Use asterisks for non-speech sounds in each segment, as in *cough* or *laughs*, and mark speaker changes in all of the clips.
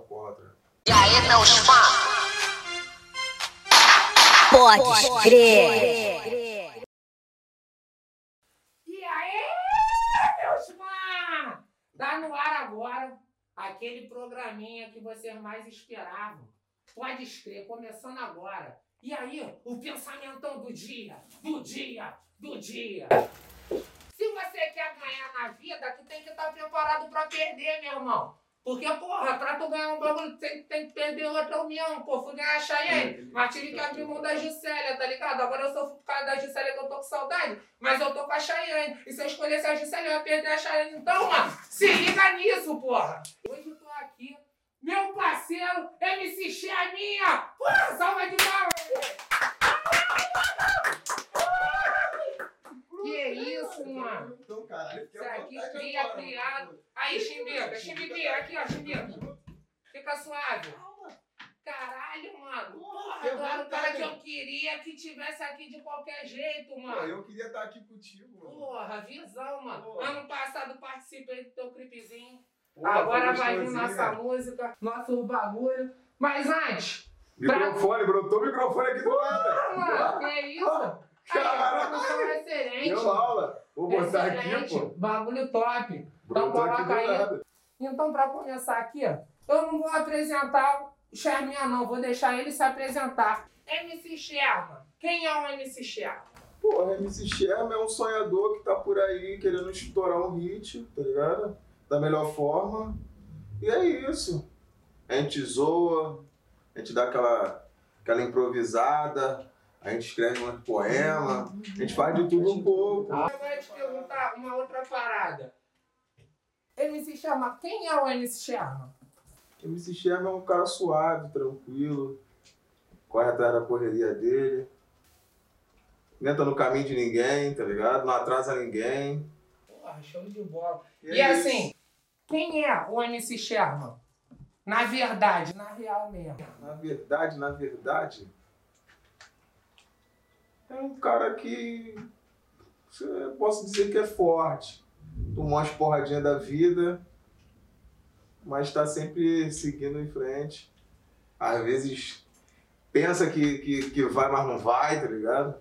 Speaker 1: quadra.
Speaker 2: E aí, meus fãs?
Speaker 3: Pode crer.
Speaker 4: E aí, meus fãs? Dá no ar agora aquele programinha que vocês mais esperavam. Pode escrever, começando agora. E aí, o pensamentão do dia, do dia, do dia. Se você quer ganhar na vida, tu tem que estar preparado pra perder, meu irmão. Porque, porra, pra tu ganhar um bagulho, tu tem, tem que perder outra união, pô. Fui ganhar a Cheyenne, mas tive que abrir mão da Gisélia, tá ligado? Agora eu sou por causa da Gisélia que eu tô com saudade. Mas eu tô com a Chayane. E se eu escolhesse a Gisele, eu ia perder a Chayane. Então, mano, se liga nisso, porra. Hoje eu tô aqui. Meu parceiro, MC Chaminha. é Porra, salva de palmas. Que é isso, mano.
Speaker 1: Então, caralho, fiquei à
Speaker 4: Isso aqui
Speaker 1: vontade
Speaker 4: cria
Speaker 1: agora, né?
Speaker 4: criado.
Speaker 1: mano.
Speaker 4: Aí, Chimbica, Chimbica, aqui, ó, Chimbica. Fica suave. Caralho, mano. Porra, tá
Speaker 1: Eu
Speaker 4: tu era
Speaker 1: vou
Speaker 4: o cara
Speaker 1: dar,
Speaker 4: que
Speaker 1: né?
Speaker 4: eu queria que tivesse aqui de qualquer jeito,
Speaker 1: Pô,
Speaker 4: mano.
Speaker 1: eu queria estar aqui contigo, mano.
Speaker 4: Porra, visão, mano.
Speaker 1: Porra.
Speaker 4: Ano passado participei do teu clipezinho.
Speaker 1: Pô,
Speaker 4: Agora
Speaker 1: foi
Speaker 4: vai vir
Speaker 1: gostosinho,
Speaker 4: nossa
Speaker 1: né?
Speaker 4: música, nosso bagulho. Mas antes,
Speaker 1: Microfone, brotou o microfone aqui do lado.
Speaker 4: ah, mano, que isso?
Speaker 1: Pô,
Speaker 4: Aí,
Speaker 1: Caralho,
Speaker 4: produção é excelente.
Speaker 1: deu aula. Vou botar aqui,
Speaker 4: excelente.
Speaker 1: pô.
Speaker 4: Bagulho top.
Speaker 1: Brotou aqui do
Speaker 4: coloca aí.
Speaker 1: lado.
Speaker 4: Então, para começar aqui, ó, eu não vou apresentar o Sherminha, não. Vou deixar ele se apresentar. MC Sherma. Quem é o MC Sherma?
Speaker 1: Porra, MC Sherman é um sonhador que tá por aí querendo estourar um hit, tá ligado? Da melhor forma. E é isso. A gente zoa, a gente dá aquela, aquela improvisada, a gente escreve um poema, a gente faz de tudo um pouco.
Speaker 4: Eu vou te perguntar uma outra parada. MC Sherma, quem é o MC Sherma?
Speaker 1: MC Sherman é um cara suave, tranquilo, corre atrás da correria dele, não entra no caminho de ninguém, tá ligado? Não atrasa ninguém.
Speaker 4: Porra, show de bola.
Speaker 1: é
Speaker 4: E,
Speaker 1: isso.
Speaker 4: assim, quem é o MC Sherma? Na verdade, na real mesmo.
Speaker 1: Na verdade, na verdade, é um cara que se- eu posso dizer que é forte. Tomou umas porradinhas da vida, mas tá sempre seguindo em frente. Às vezes pensa que, que, que vai, mas não vai, tá ligado?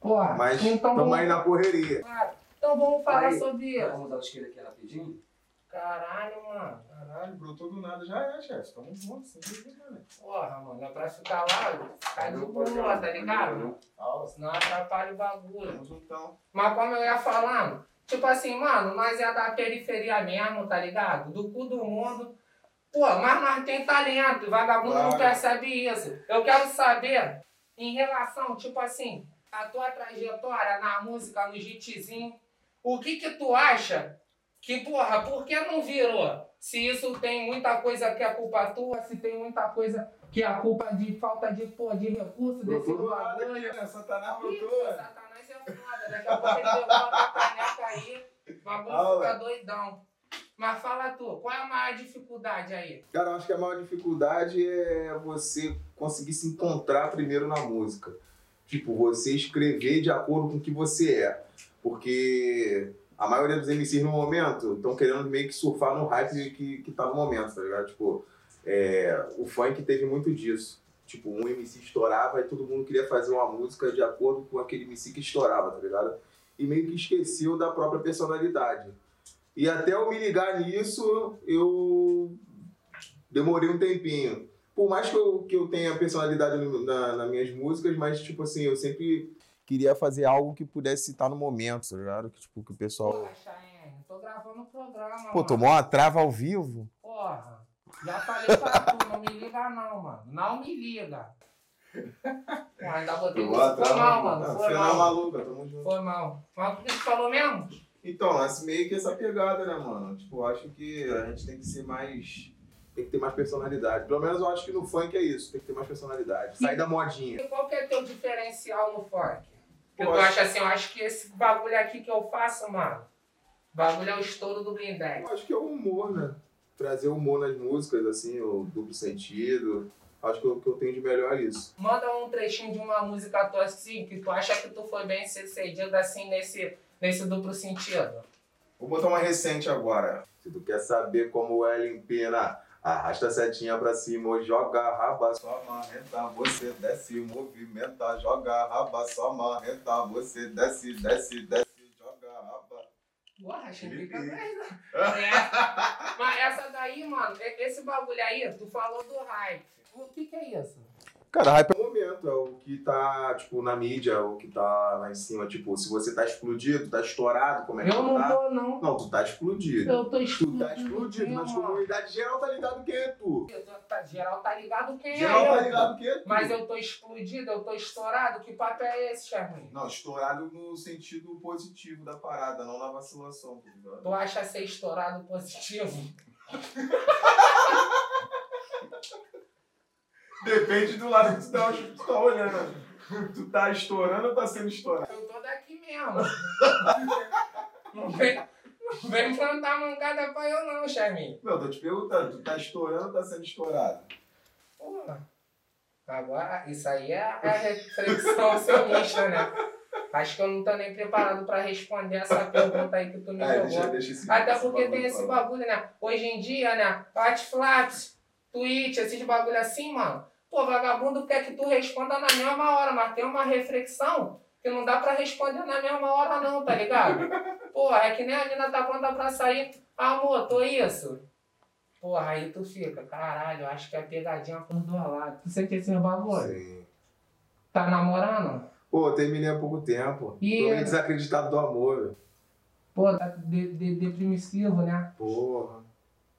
Speaker 4: Porra,
Speaker 1: Mas
Speaker 4: então
Speaker 1: tamo
Speaker 4: vamos...
Speaker 1: aí na correria.
Speaker 4: Então vamos falar
Speaker 5: Aí.
Speaker 4: sobre...
Speaker 5: Vamos dar esquerda aqui rapidinho?
Speaker 4: Caralho, mano.
Speaker 1: Caralho, brotou do nada já é, chefe. Tamo junto, sem dúvida, né?
Speaker 4: Porra, mano, é pra ficar lá, ficar de boa, tá
Speaker 1: né?
Speaker 4: ligado?
Speaker 1: Aula,
Speaker 4: Senão atrapalha o bagulho.
Speaker 1: tamo juntão.
Speaker 4: Mas como eu ia falando, tipo assim, mano, nós é da periferia mesmo, tá ligado? Do cu do mundo. Pô, mas nós tem talento, vagabundo não
Speaker 1: Claro.
Speaker 4: percebe isso. Eu quero saber, em relação, tipo assim, a tua trajetória na música, no hitzinho, o que que tu acha que, porra, por que não virou? Se isso tem muita coisa que é culpa tua, se tem muita coisa que é culpa de falta de, pô, de recurso, desse
Speaker 1: Brotou do nada
Speaker 4: bagulho.
Speaker 1: aqui, né? Satanás
Speaker 4: Ih,
Speaker 1: brotou. né?
Speaker 4: Satanás é foda. Daqui a pouco ele derruba a caneca aí. O bagulho
Speaker 1: Fala.
Speaker 4: fica doidão. Mas fala tu, qual é a maior dificuldade aí?
Speaker 1: Cara, eu acho que a maior dificuldade é você conseguir se encontrar primeiro na música. Tipo, você escrever de acordo com o que você é. Porque a maioria dos MCs no momento estão querendo meio que surfar no hype de que, que tá no momento, tá ligado? Tipo, é, o funk teve muito disso. Tipo, um MC estourava e todo mundo queria fazer uma música de acordo com aquele MC que estourava, tá ligado? E meio que esqueceu da própria personalidade. E até eu me ligar nisso, eu demorei um tempinho. Por mais que eu, que eu tenha personalidade no- na, nas minhas músicas, mas, tipo assim, eu sempre queria fazer algo que pudesse estar no momento, tá ligado? Que, tipo, que o pessoal...
Speaker 4: Porra, Chayenne, tô gravando o programa,
Speaker 1: Pô,
Speaker 4: mano.
Speaker 1: tomou uma trava ao vivo?
Speaker 4: Porra, já falei pra tu, não me liga não, mano. Não
Speaker 1: *laughs*
Speaker 4: me liga. Pô, ainda botei isso. Foi mal, mano. Foi
Speaker 1: Final
Speaker 4: mal.
Speaker 1: maluca, tamo junto.
Speaker 4: Foi mal. Mas o que tu falou mesmo?
Speaker 1: Então, é meio que essa pegada, né, mano? Tipo, eu acho que a gente tem que ser mais. Tem que ter mais personalidade. Pelo menos eu acho que no funk é isso, tem que ter mais personalidade. Sair da modinha.
Speaker 4: E qual que é teu diferencial no funk?
Speaker 1: Pô,
Speaker 4: Eu tu
Speaker 1: acho-
Speaker 4: acha assim, eu acho que esse bagulho aqui que eu faço, mano, o bagulho é o estouro do Blindex.
Speaker 1: Eu acho que é o humor, né? Trazer humor nas músicas, assim, o duplo sentido. Acho que eu, que eu tenho de melhor é isso.
Speaker 4: Manda um trechinho de uma música tua assim, que tu acha que tu foi bem sucedido assim nesse, nesse duplo sentido.
Speaker 1: Vou botar uma recente agora. Se tu quer saber como ela empina é Arrasta a setinha pra cima, joga a raba, só marreta, você desce, movimenta, joga a raba, só marreta, você desce, desce, desce, joga a raba.
Speaker 4: Porra, achei que
Speaker 1: Felipe.
Speaker 4: É. Mas essa daí, mano, e- esse bagulho aí, tu falou do hype. O que que é isso?
Speaker 5: Cara, hype
Speaker 1: É o momento, é o que tá, tipo, na mídia, é o que tá lá em cima, tipo, se você tá explodido, tá estourado, como é que
Speaker 4: Eu
Speaker 1: tu
Speaker 4: não
Speaker 1: tá?
Speaker 4: tô, não.
Speaker 1: Não, tu tá explodido.
Speaker 4: Eu tô
Speaker 1: Tu
Speaker 4: estudo.
Speaker 1: tá explodido, mas comunidade geral tá ligado quem é tu.
Speaker 4: Geral tá ligado quem
Speaker 1: Geral tá
Speaker 4: é eu.
Speaker 1: ligado quem é tu.
Speaker 4: Mas eu tô explodido, eu tô estourado. Que papo é esse, Charmin?
Speaker 1: Não, estourado no sentido positivo da parada, não na vacilação, tá ligado?
Speaker 4: Tu acha ser estourado positivo?
Speaker 6: Depende do lado que tu tá, que tu tá olhando. Tu tá estourando ou tá sendo estourado?
Speaker 4: Eu tô daqui mesmo. não, vem, não vem plantar mancada pra eu, não, Charmin.
Speaker 1: Não, eu tô te perguntando, tu tá estourando ou tá sendo estourado?
Speaker 4: Porra. Agora, isso aí é a reflexão sionista, né? Acho que eu não tô nem preparado pra responder essa pergunta aí que tu me
Speaker 1: É,
Speaker 4: jogou.
Speaker 1: deixa, deixa esse
Speaker 4: Até
Speaker 1: esse
Speaker 4: porque
Speaker 1: bagulho
Speaker 4: tem esse
Speaker 1: pra lá.
Speaker 4: bagulho, né? Hoje em dia, né? Patflaps, Twitch, esses bagulho assim, mano. Pô, vagabundo quer que tu responda na mesma hora, mas tem uma reflexão que não dá pra responder na mesma hora, não,
Speaker 1: *laughs*
Speaker 4: tá ligado? Porra, é que nem a mina tá pronta pra sair. Amor, tô isso. Porra, aí tu fica, caralho, acho que é pegadinha por do lado. Tu sente esses bagulho?
Speaker 1: Sim.
Speaker 4: Tá namorando?
Speaker 1: Pô, eu terminei há pouco tempo.
Speaker 4: Ih.
Speaker 1: Tô meio desacreditado do amor, velho.
Speaker 4: Pô, tá de, de, deprimissivo, né?
Speaker 1: Porra.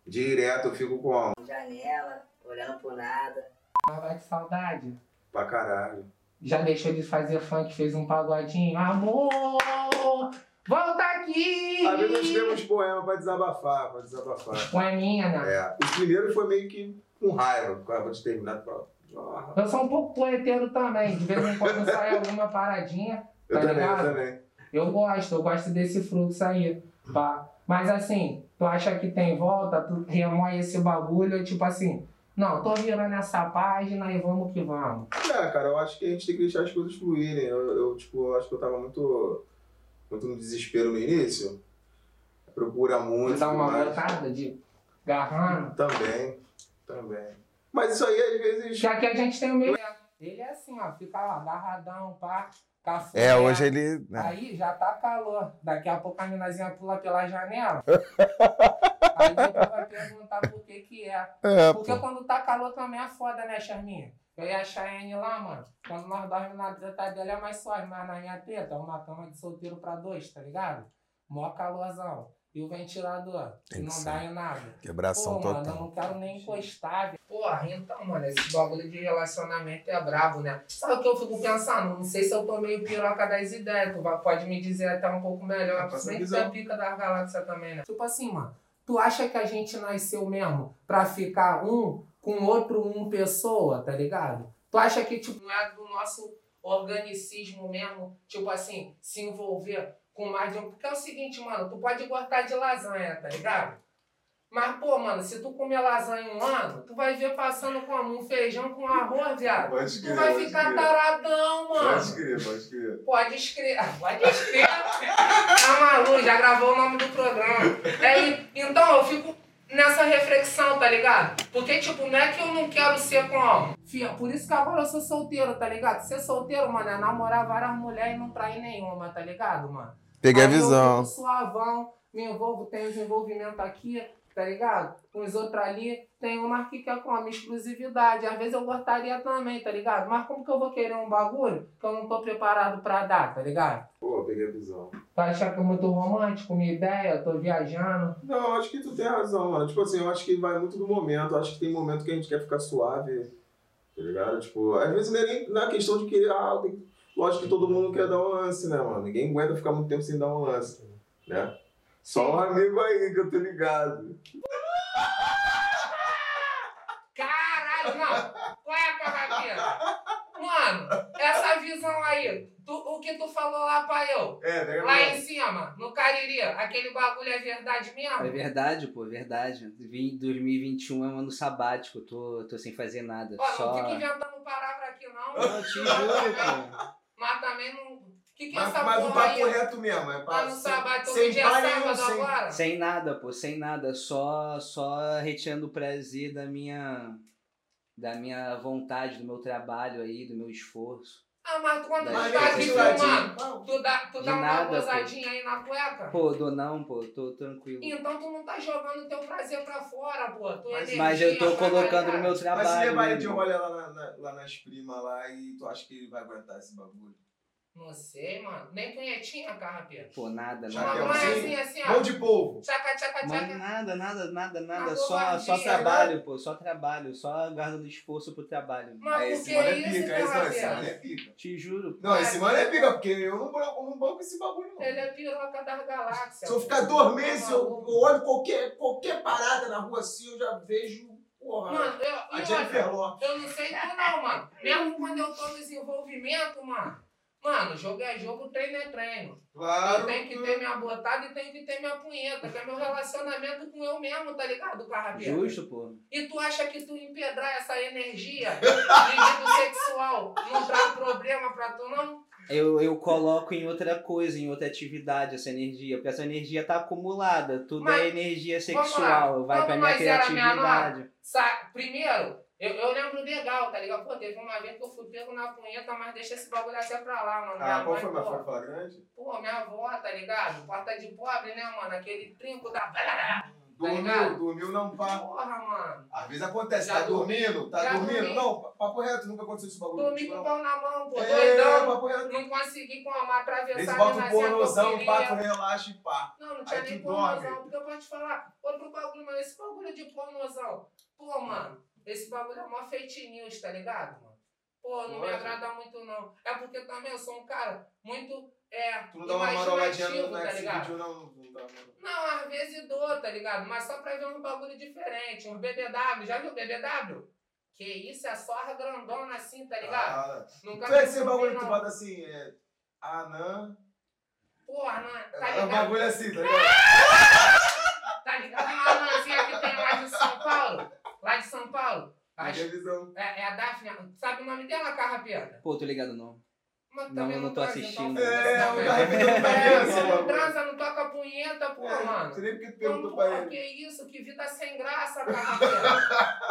Speaker 1: Direto eu fico como?
Speaker 3: Janela, olhando pro nada.
Speaker 4: Mas vai de saudade.
Speaker 1: Pra caralho.
Speaker 4: já deixou de fazer funk, fez um pagodinho. Amor, volta aqui!
Speaker 1: Às vezes nós temos poema pra desabafar, pra desabafar.
Speaker 4: Põe minha, né?
Speaker 1: É. O primeiro foi meio que com raiva, porque eu vou te terminar pra. Ah,
Speaker 4: Eu sou um pouco poeteiro também. De vez em quando sai alguma paradinha.
Speaker 1: Eu
Speaker 4: Tá
Speaker 1: também, eu
Speaker 4: ligado?
Speaker 1: também.
Speaker 4: Eu gosto, eu gosto desse fluxo aí. Pá. Mas assim, tu acha que tem volta, tu remoe esse bagulho, tipo assim, não, tô virando essa página e vamos que vamos.
Speaker 1: É, cara, eu acho que a gente tem que deixar as coisas fluírem. Eu, eu, tipo, eu acho que eu tava muito. Muito no desespero no início. Procura muito.
Speaker 4: Dá uma
Speaker 1: mas-
Speaker 4: voltada de garrando.
Speaker 1: Também, também. Mas isso aí às vezes.
Speaker 4: Já que a gente tem o meio. Ele é assim, ó, fica lá, barradão, pá, café.
Speaker 5: É, hoje ele. né?
Speaker 4: Aí já tá calor. Daqui a pouco a minazinha pula pela
Speaker 5: *laughs*
Speaker 4: janela. Aí depois vai perguntar por que que é.
Speaker 5: É,
Speaker 4: Porque quando tá calor também é foda, né, Charminha? Eu e a Cheyenne lá, mano, quando nós dormimos na teta dela é mais suave, mas na minha teta é uma cama de solteiro pra dois, tá ligado? Mó calorzão. E o ventilador, que
Speaker 5: Tem que
Speaker 4: não
Speaker 5: ser.
Speaker 4: dá em nada.
Speaker 5: Quebração
Speaker 4: Pô, mano, eu
Speaker 5: total.
Speaker 4: não quero nem encostar. velho. Porra, então, mano, esse bagulho de relacionamento é brabo, né? Sabe o que eu fico pensando? Não sei se eu tô meio piroca das ideias. Tu vai- pode me dizer até um pouco melhor.
Speaker 1: Tá
Speaker 4: Tu
Speaker 1: passando
Speaker 4: nem
Speaker 1: visão.
Speaker 4: da pica da galáxia também, né? Tipo assim, mano, tu acha que a gente nasceu mesmo pra ficar um com outro um pessoa, tá ligado? Tu acha que, tipo, não é do nosso organicismo mesmo, tipo assim, se envolver com mais de um. Porque é o seguinte, mano, tu pode gostar de lasanha, tá ligado? Mas, pô, mano, se tu comer lasanha um ano, tu vai ver passando como um feijão com arroz, viado.
Speaker 1: Pode
Speaker 4: Tu vai ficar taradão,
Speaker 1: Pode
Speaker 4: mano.
Speaker 1: crer, pode crer.
Speaker 4: Pode escrever. *laughs* Pode escrever. Tá maluco, já gravou o nome do programa. Aí, então, eu fico nessa reflexão, tá ligado? Porque, tipo, não é que eu não quero ser como. Fia, por isso que agora eu sou solteiro, tá ligado? Ser solteiro, mano, é namorar várias mulheres e não trair nenhuma, tá ligado, mano?
Speaker 5: Peguei a
Speaker 4: Aí eu
Speaker 5: visão.
Speaker 4: fico Suavão, me envolvo, tenho desenvolvimento aqui, tá ligado? Com os outros ali, tem uma que quer como exclusividade. Às vezes eu gostaria também, tá ligado? Mas como que eu vou querer um bagulho que eu não tô preparado pra dar, tá ligado?
Speaker 1: Pô, peguei a visão.
Speaker 4: Tu acha que eu muito romântico, minha ideia, eu tô viajando.
Speaker 1: Não, acho que tu tem razão, mano. Tipo assim, eu acho que vai muito do momento. Acho que tem momento que a gente quer ficar suave, tá ligado? Tipo, às vezes não é nem na questão de que, ah, tem- lógico que todo mundo quer dar um lance, né, mano? Ninguém aguenta ficar muito tempo sem dar um lance, né? Só um amigo aí que eu tô ligado.
Speaker 4: Caralho, não! Qual é a cavaquinha? Mano, essa visão aí, tu- o que tu falou lá pra eu?
Speaker 1: É, pega
Speaker 4: Lá em cima, no Cariri, aquele bagulho é verdade mesmo?
Speaker 7: É verdade, pô, é verdade. Vim- 2021 é um ano sabático, tô, tô sem fazer nada.
Speaker 4: Ó, não
Speaker 7: só.
Speaker 4: *laughs* fica inventando palavra aqui, não.
Speaker 7: Não, te juro, pô.
Speaker 4: Mas também não. Que que é
Speaker 1: Mas,
Speaker 4: essa
Speaker 1: mas o
Speaker 4: porra
Speaker 1: papo
Speaker 4: aí?
Speaker 1: reto mesmo. É
Speaker 4: Tá
Speaker 1: pra,
Speaker 4: no
Speaker 1: sem-
Speaker 4: sábado, todo
Speaker 1: sem
Speaker 4: dia é
Speaker 1: par nenhum,
Speaker 4: sábado
Speaker 1: sem-
Speaker 4: agora?
Speaker 7: Sem nada, pô, sem nada. Só, só retirando o prazer da minha. Da minha vontade, do meu trabalho aí, do meu esforço.
Speaker 4: Ah, mas quando
Speaker 7: Mas
Speaker 1: Mas é
Speaker 4: tu tá
Speaker 7: nem
Speaker 4: aqui
Speaker 1: de
Speaker 7: ladinho.
Speaker 4: filmando,
Speaker 1: ladinho.
Speaker 4: tu dá, tu
Speaker 7: De
Speaker 4: dá uma
Speaker 7: nada, pô.
Speaker 4: gozadinha aí na cueca?
Speaker 7: Pô, dou não, pô, tô tranquilo.
Speaker 4: Então tu não tá jogando teu prazer pra fora, pô. Tua
Speaker 1: Mas-
Speaker 4: energia,
Speaker 7: Mas eu tô
Speaker 4: tua
Speaker 7: colocando no
Speaker 4: qualidade.
Speaker 7: meu
Speaker 1: Mas se
Speaker 7: trabalho.
Speaker 1: levar
Speaker 7: né,
Speaker 1: ele de
Speaker 7: mano?
Speaker 1: rolha lá, na- na- lá nas primas lá e tu acha que ele vai aguentar esse bagulho?
Speaker 4: Não sei, mano. Nem punhetinha, carrapia.
Speaker 7: Pô, nada,
Speaker 1: Já
Speaker 4: Uma
Speaker 1: que é um
Speaker 7: nada.
Speaker 1: sim.
Speaker 4: banhazinha assim,
Speaker 1: Mão
Speaker 4: ó.
Speaker 1: de polvo.
Speaker 4: Tchaca, tchaca,
Speaker 7: Mano,
Speaker 4: tchaca.
Speaker 7: nada, nada, nada,
Speaker 4: Uma
Speaker 7: nada. Só,
Speaker 4: covardia,
Speaker 7: só
Speaker 4: né?
Speaker 7: trabalho, pô, só trabalho. Só guardando esforço pro trabalho. mano.
Speaker 4: Mas por
Speaker 1: esse
Speaker 4: que
Speaker 1: mano é
Speaker 4: isso,
Speaker 1: pica, esse, não, esse
Speaker 4: carrapia?
Speaker 1: mano é pica.
Speaker 7: Te juro.
Speaker 1: Não, esse mano é pica, porque eu não banco, não banco esse bagulho, não.
Speaker 4: Ele é piroca das galáxias.
Speaker 1: Se eu
Speaker 4: pô.
Speaker 1: ficar dois meses,
Speaker 4: Tá
Speaker 1: eu,
Speaker 4: maluco.
Speaker 1: eu olho qualquer, qualquer parada na rua assim, eu já vejo, porra,
Speaker 4: Mano, eu,
Speaker 1: a
Speaker 4: e olha,
Speaker 1: Jennifer Lopes.
Speaker 4: eu não sei tu não, mano. Mesmo quando eu tô no desenvolvimento, mano. Mano, jogo é jogo, treino é treino. Eu
Speaker 1: Claro.
Speaker 4: tenho que ter minha botada e tenho que ter minha punheta, que é meu relacionamento com eu mesmo, tá ligado, Carrapia?
Speaker 7: Justo, pô.
Speaker 4: E tu acha que tu empedrar essa energia de vida sexual não traz problema pra tu, não?
Speaker 7: Eu, eu coloco em outra coisa, em outra atividade essa energia, porque essa energia tá acumulada, tudo
Speaker 4: Mas,
Speaker 7: é energia
Speaker 4: vamos
Speaker 7: sexual, vai
Speaker 4: Quando
Speaker 7: pra minha
Speaker 4: nós era menor,
Speaker 7: criatividade.
Speaker 4: Sa- Primeiro, eu, eu lembro legal, tá ligado? Pô, teve uma vez que eu fui pego na punheta, mas deixa esse bagulho até pra lá, mano.
Speaker 1: Ah,
Speaker 4: Minha
Speaker 1: qual
Speaker 4: mãe,
Speaker 1: foi? Mas
Speaker 4: pô,
Speaker 1: foi flagrante?
Speaker 4: Pô, minha avó, tá ligado? Porta de pobre, né, mano? Aquele trinco da. ligado?
Speaker 1: Dormiu, dormiu não, pá.
Speaker 4: Porra, mano.
Speaker 1: Às vezes acontece,
Speaker 4: Já
Speaker 1: tá dormindo, tá
Speaker 4: já
Speaker 1: dormindo.
Speaker 4: dormi.
Speaker 1: Não, pa- papo reto, nunca aconteceu esse bagulho.
Speaker 4: Dormi com o pau na mão, pô.
Speaker 1: tipo, É,
Speaker 4: Doidão.
Speaker 1: papo reto.
Speaker 4: Não consegui como atravessar
Speaker 1: Eles
Speaker 4: a
Speaker 1: botam um
Speaker 4: minha zé que eu
Speaker 1: pornozão,
Speaker 4: queria.
Speaker 1: papo relaxa e pá.
Speaker 4: Não, não tinha
Speaker 1: Aí tu
Speaker 4: nem
Speaker 1: dorme.
Speaker 4: pornozão, porque eu posso te falar, outro bagulho, mano, esse bagulho de pornozão, pô, mano, esse bagulho é mó fake news, tá ligado, mano? Pô, não me
Speaker 1: Lógico.
Speaker 4: agrada muito, não. É porque também eu sou um cara muito, é,
Speaker 1: Tu não dá uma maroladinha no né?
Speaker 4: imaginativo, tá
Speaker 1: Next
Speaker 4: ligado? Tá
Speaker 1: Video, não. Não dá, mano.
Speaker 4: Não, às vezes dou, tá ligado? Mas só pra ver um bagulho diferente, um BBW, já viu BBW? Que isso, é só grandona assim, tá ligado?
Speaker 1: Ah,
Speaker 4: Nunca
Speaker 1: Tu é
Speaker 4: vi,
Speaker 1: esse bagulho que tu
Speaker 4: não.
Speaker 1: bota assim, é. Anã.
Speaker 4: Porra, não, tá
Speaker 1: É um
Speaker 4: ligado?
Speaker 1: bagulho assim, tá ligado?
Speaker 4: Tá ligado? Uma anãzinha que tem lá de São Paulo. Lá de São Paulo. Acho-
Speaker 1: Televisão.
Speaker 4: é, é a Daphne. Sabe o nome dela, Carrapiada?
Speaker 7: Pô, tô ligado não.
Speaker 4: Mas
Speaker 7: Não,
Speaker 4: também
Speaker 7: eu não tô
Speaker 4: transa,
Speaker 7: assistindo.
Speaker 4: então-
Speaker 1: É, o
Speaker 4: É,
Speaker 1: Garrafidão tá vendo esse
Speaker 4: você não
Speaker 1: bagulho.
Speaker 4: transa, não toca punheta, pô,
Speaker 1: É,
Speaker 4: É, mano.
Speaker 1: sei nem porque tu
Speaker 4: Então,
Speaker 1: perguntou pra
Speaker 4: porra,
Speaker 1: ele.
Speaker 4: que isso? Que vida sem graça, Carrapiada.
Speaker 1: *laughs*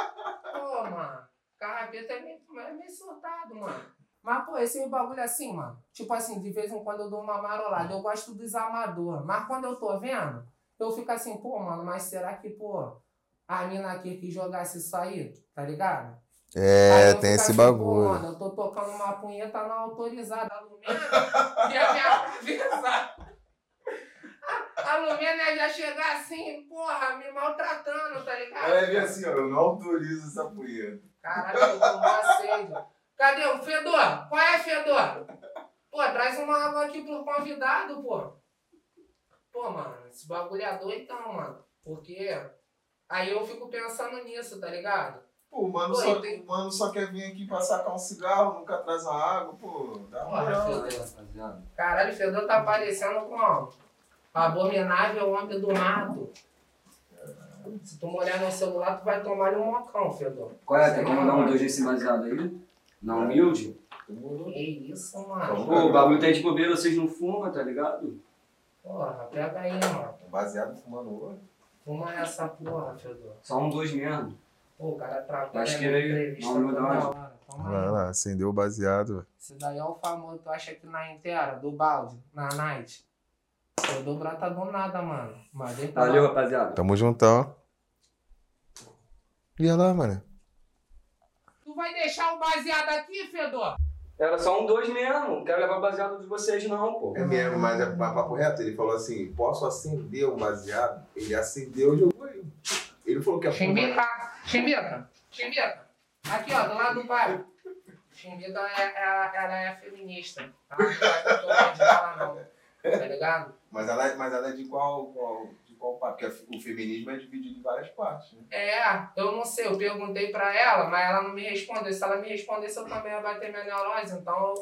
Speaker 4: pô, mano. Carrapeta é meio, é meio surtado, mano. Mas, pô, esse bagulho assim, mano. Tipo assim, de vez em quando eu dou uma marolada. Eu gosto dos amador. Mas quando eu tô vendo, eu fico assim, pô, mano, mas será que, pô, a mina aqui que jogasse isso aí, tá ligado? Aí
Speaker 5: É,
Speaker 4: eu
Speaker 5: tem
Speaker 4: fico
Speaker 5: esse
Speaker 4: assim, Pô,
Speaker 5: bagulho.
Speaker 4: mano, eu tô tocando uma punheta não autorizada. A *laughs* Lumena ia me avisar. A Lumena ia chegar assim, porra, me maltratando, tá ligado?
Speaker 1: Ela vem assim, ó, eu não autorizo essa punheta.
Speaker 4: Caralho, eu tô macendo. Cadê o Fedor? Qual é, Fedor? Pô, traz uma água aqui pro convidado, pô. Pô, mano, esse bagulho é doidão, mano. Porque aí eu fico pensando nisso, tá ligado?
Speaker 1: Pô, o mano,
Speaker 4: Pô,
Speaker 1: só,
Speaker 4: e tem-
Speaker 1: o mano só quer vir aqui pra sacar um cigarro, nunca traz a água, pô. Dá uma
Speaker 4: Porra,
Speaker 1: moral.
Speaker 4: Fedor. Caralho, o Fedor tá aparecendo com ó, abominável homem do mato. Se tu molhar no celular, tu vai tomar um mocão, Fedor.
Speaker 8: Qual é? Tem como dar um dois decimalizado aí? Na humilde?
Speaker 4: Que isso, mano.
Speaker 8: Pô, o bagulho tá aí de bobeira, vocês não fumam, tá ligado?
Speaker 4: Porra, pega aí, mano.
Speaker 1: Baseado fumando ouro.
Speaker 4: Fuma essa porra, Fedor.
Speaker 8: Só um dois mesmo.
Speaker 4: Pô, o cara trabalha
Speaker 8: Mas tira aí,
Speaker 4: na entrevista
Speaker 8: na humildade.
Speaker 4: toda hora. Toma
Speaker 5: Vai
Speaker 4: aí.
Speaker 5: lá, acendeu o baseado.
Speaker 4: Esse daí é o famoso, tu acha que na inteira, do balde, na night. Fedor brota do nada, mano. Mas vem pra lá.
Speaker 8: Valeu, rapaziada.
Speaker 5: Tamo juntão. E olha lá, mano.
Speaker 4: Tu vai deixar o baseado aqui, Fedor?
Speaker 8: Era só um dois mesmo. Não quero levar baseado de vocês, não, pô.
Speaker 1: É mesmo, mas é mas papo reto. Ele falou assim: posso acender um baseado? Ele acendeu e jogou aí. Ele falou que é
Speaker 4: Chimbica, chimbica, chimbica. Aqui, ó, do lado do bairro. Chimbica, é- ela, ela é feminista. Ela não gosta de tomar de bala, não. Tá ligado?
Speaker 1: Mas ela, é- mas ela é de qual, qual, de qual parte? Porque o feminismo é dividido em várias partes, né?
Speaker 4: É, eu não sei, eu perguntei pra ela, mas ela não me respondeu. Se ela me respondesse, eu também ia bater minha neurose, então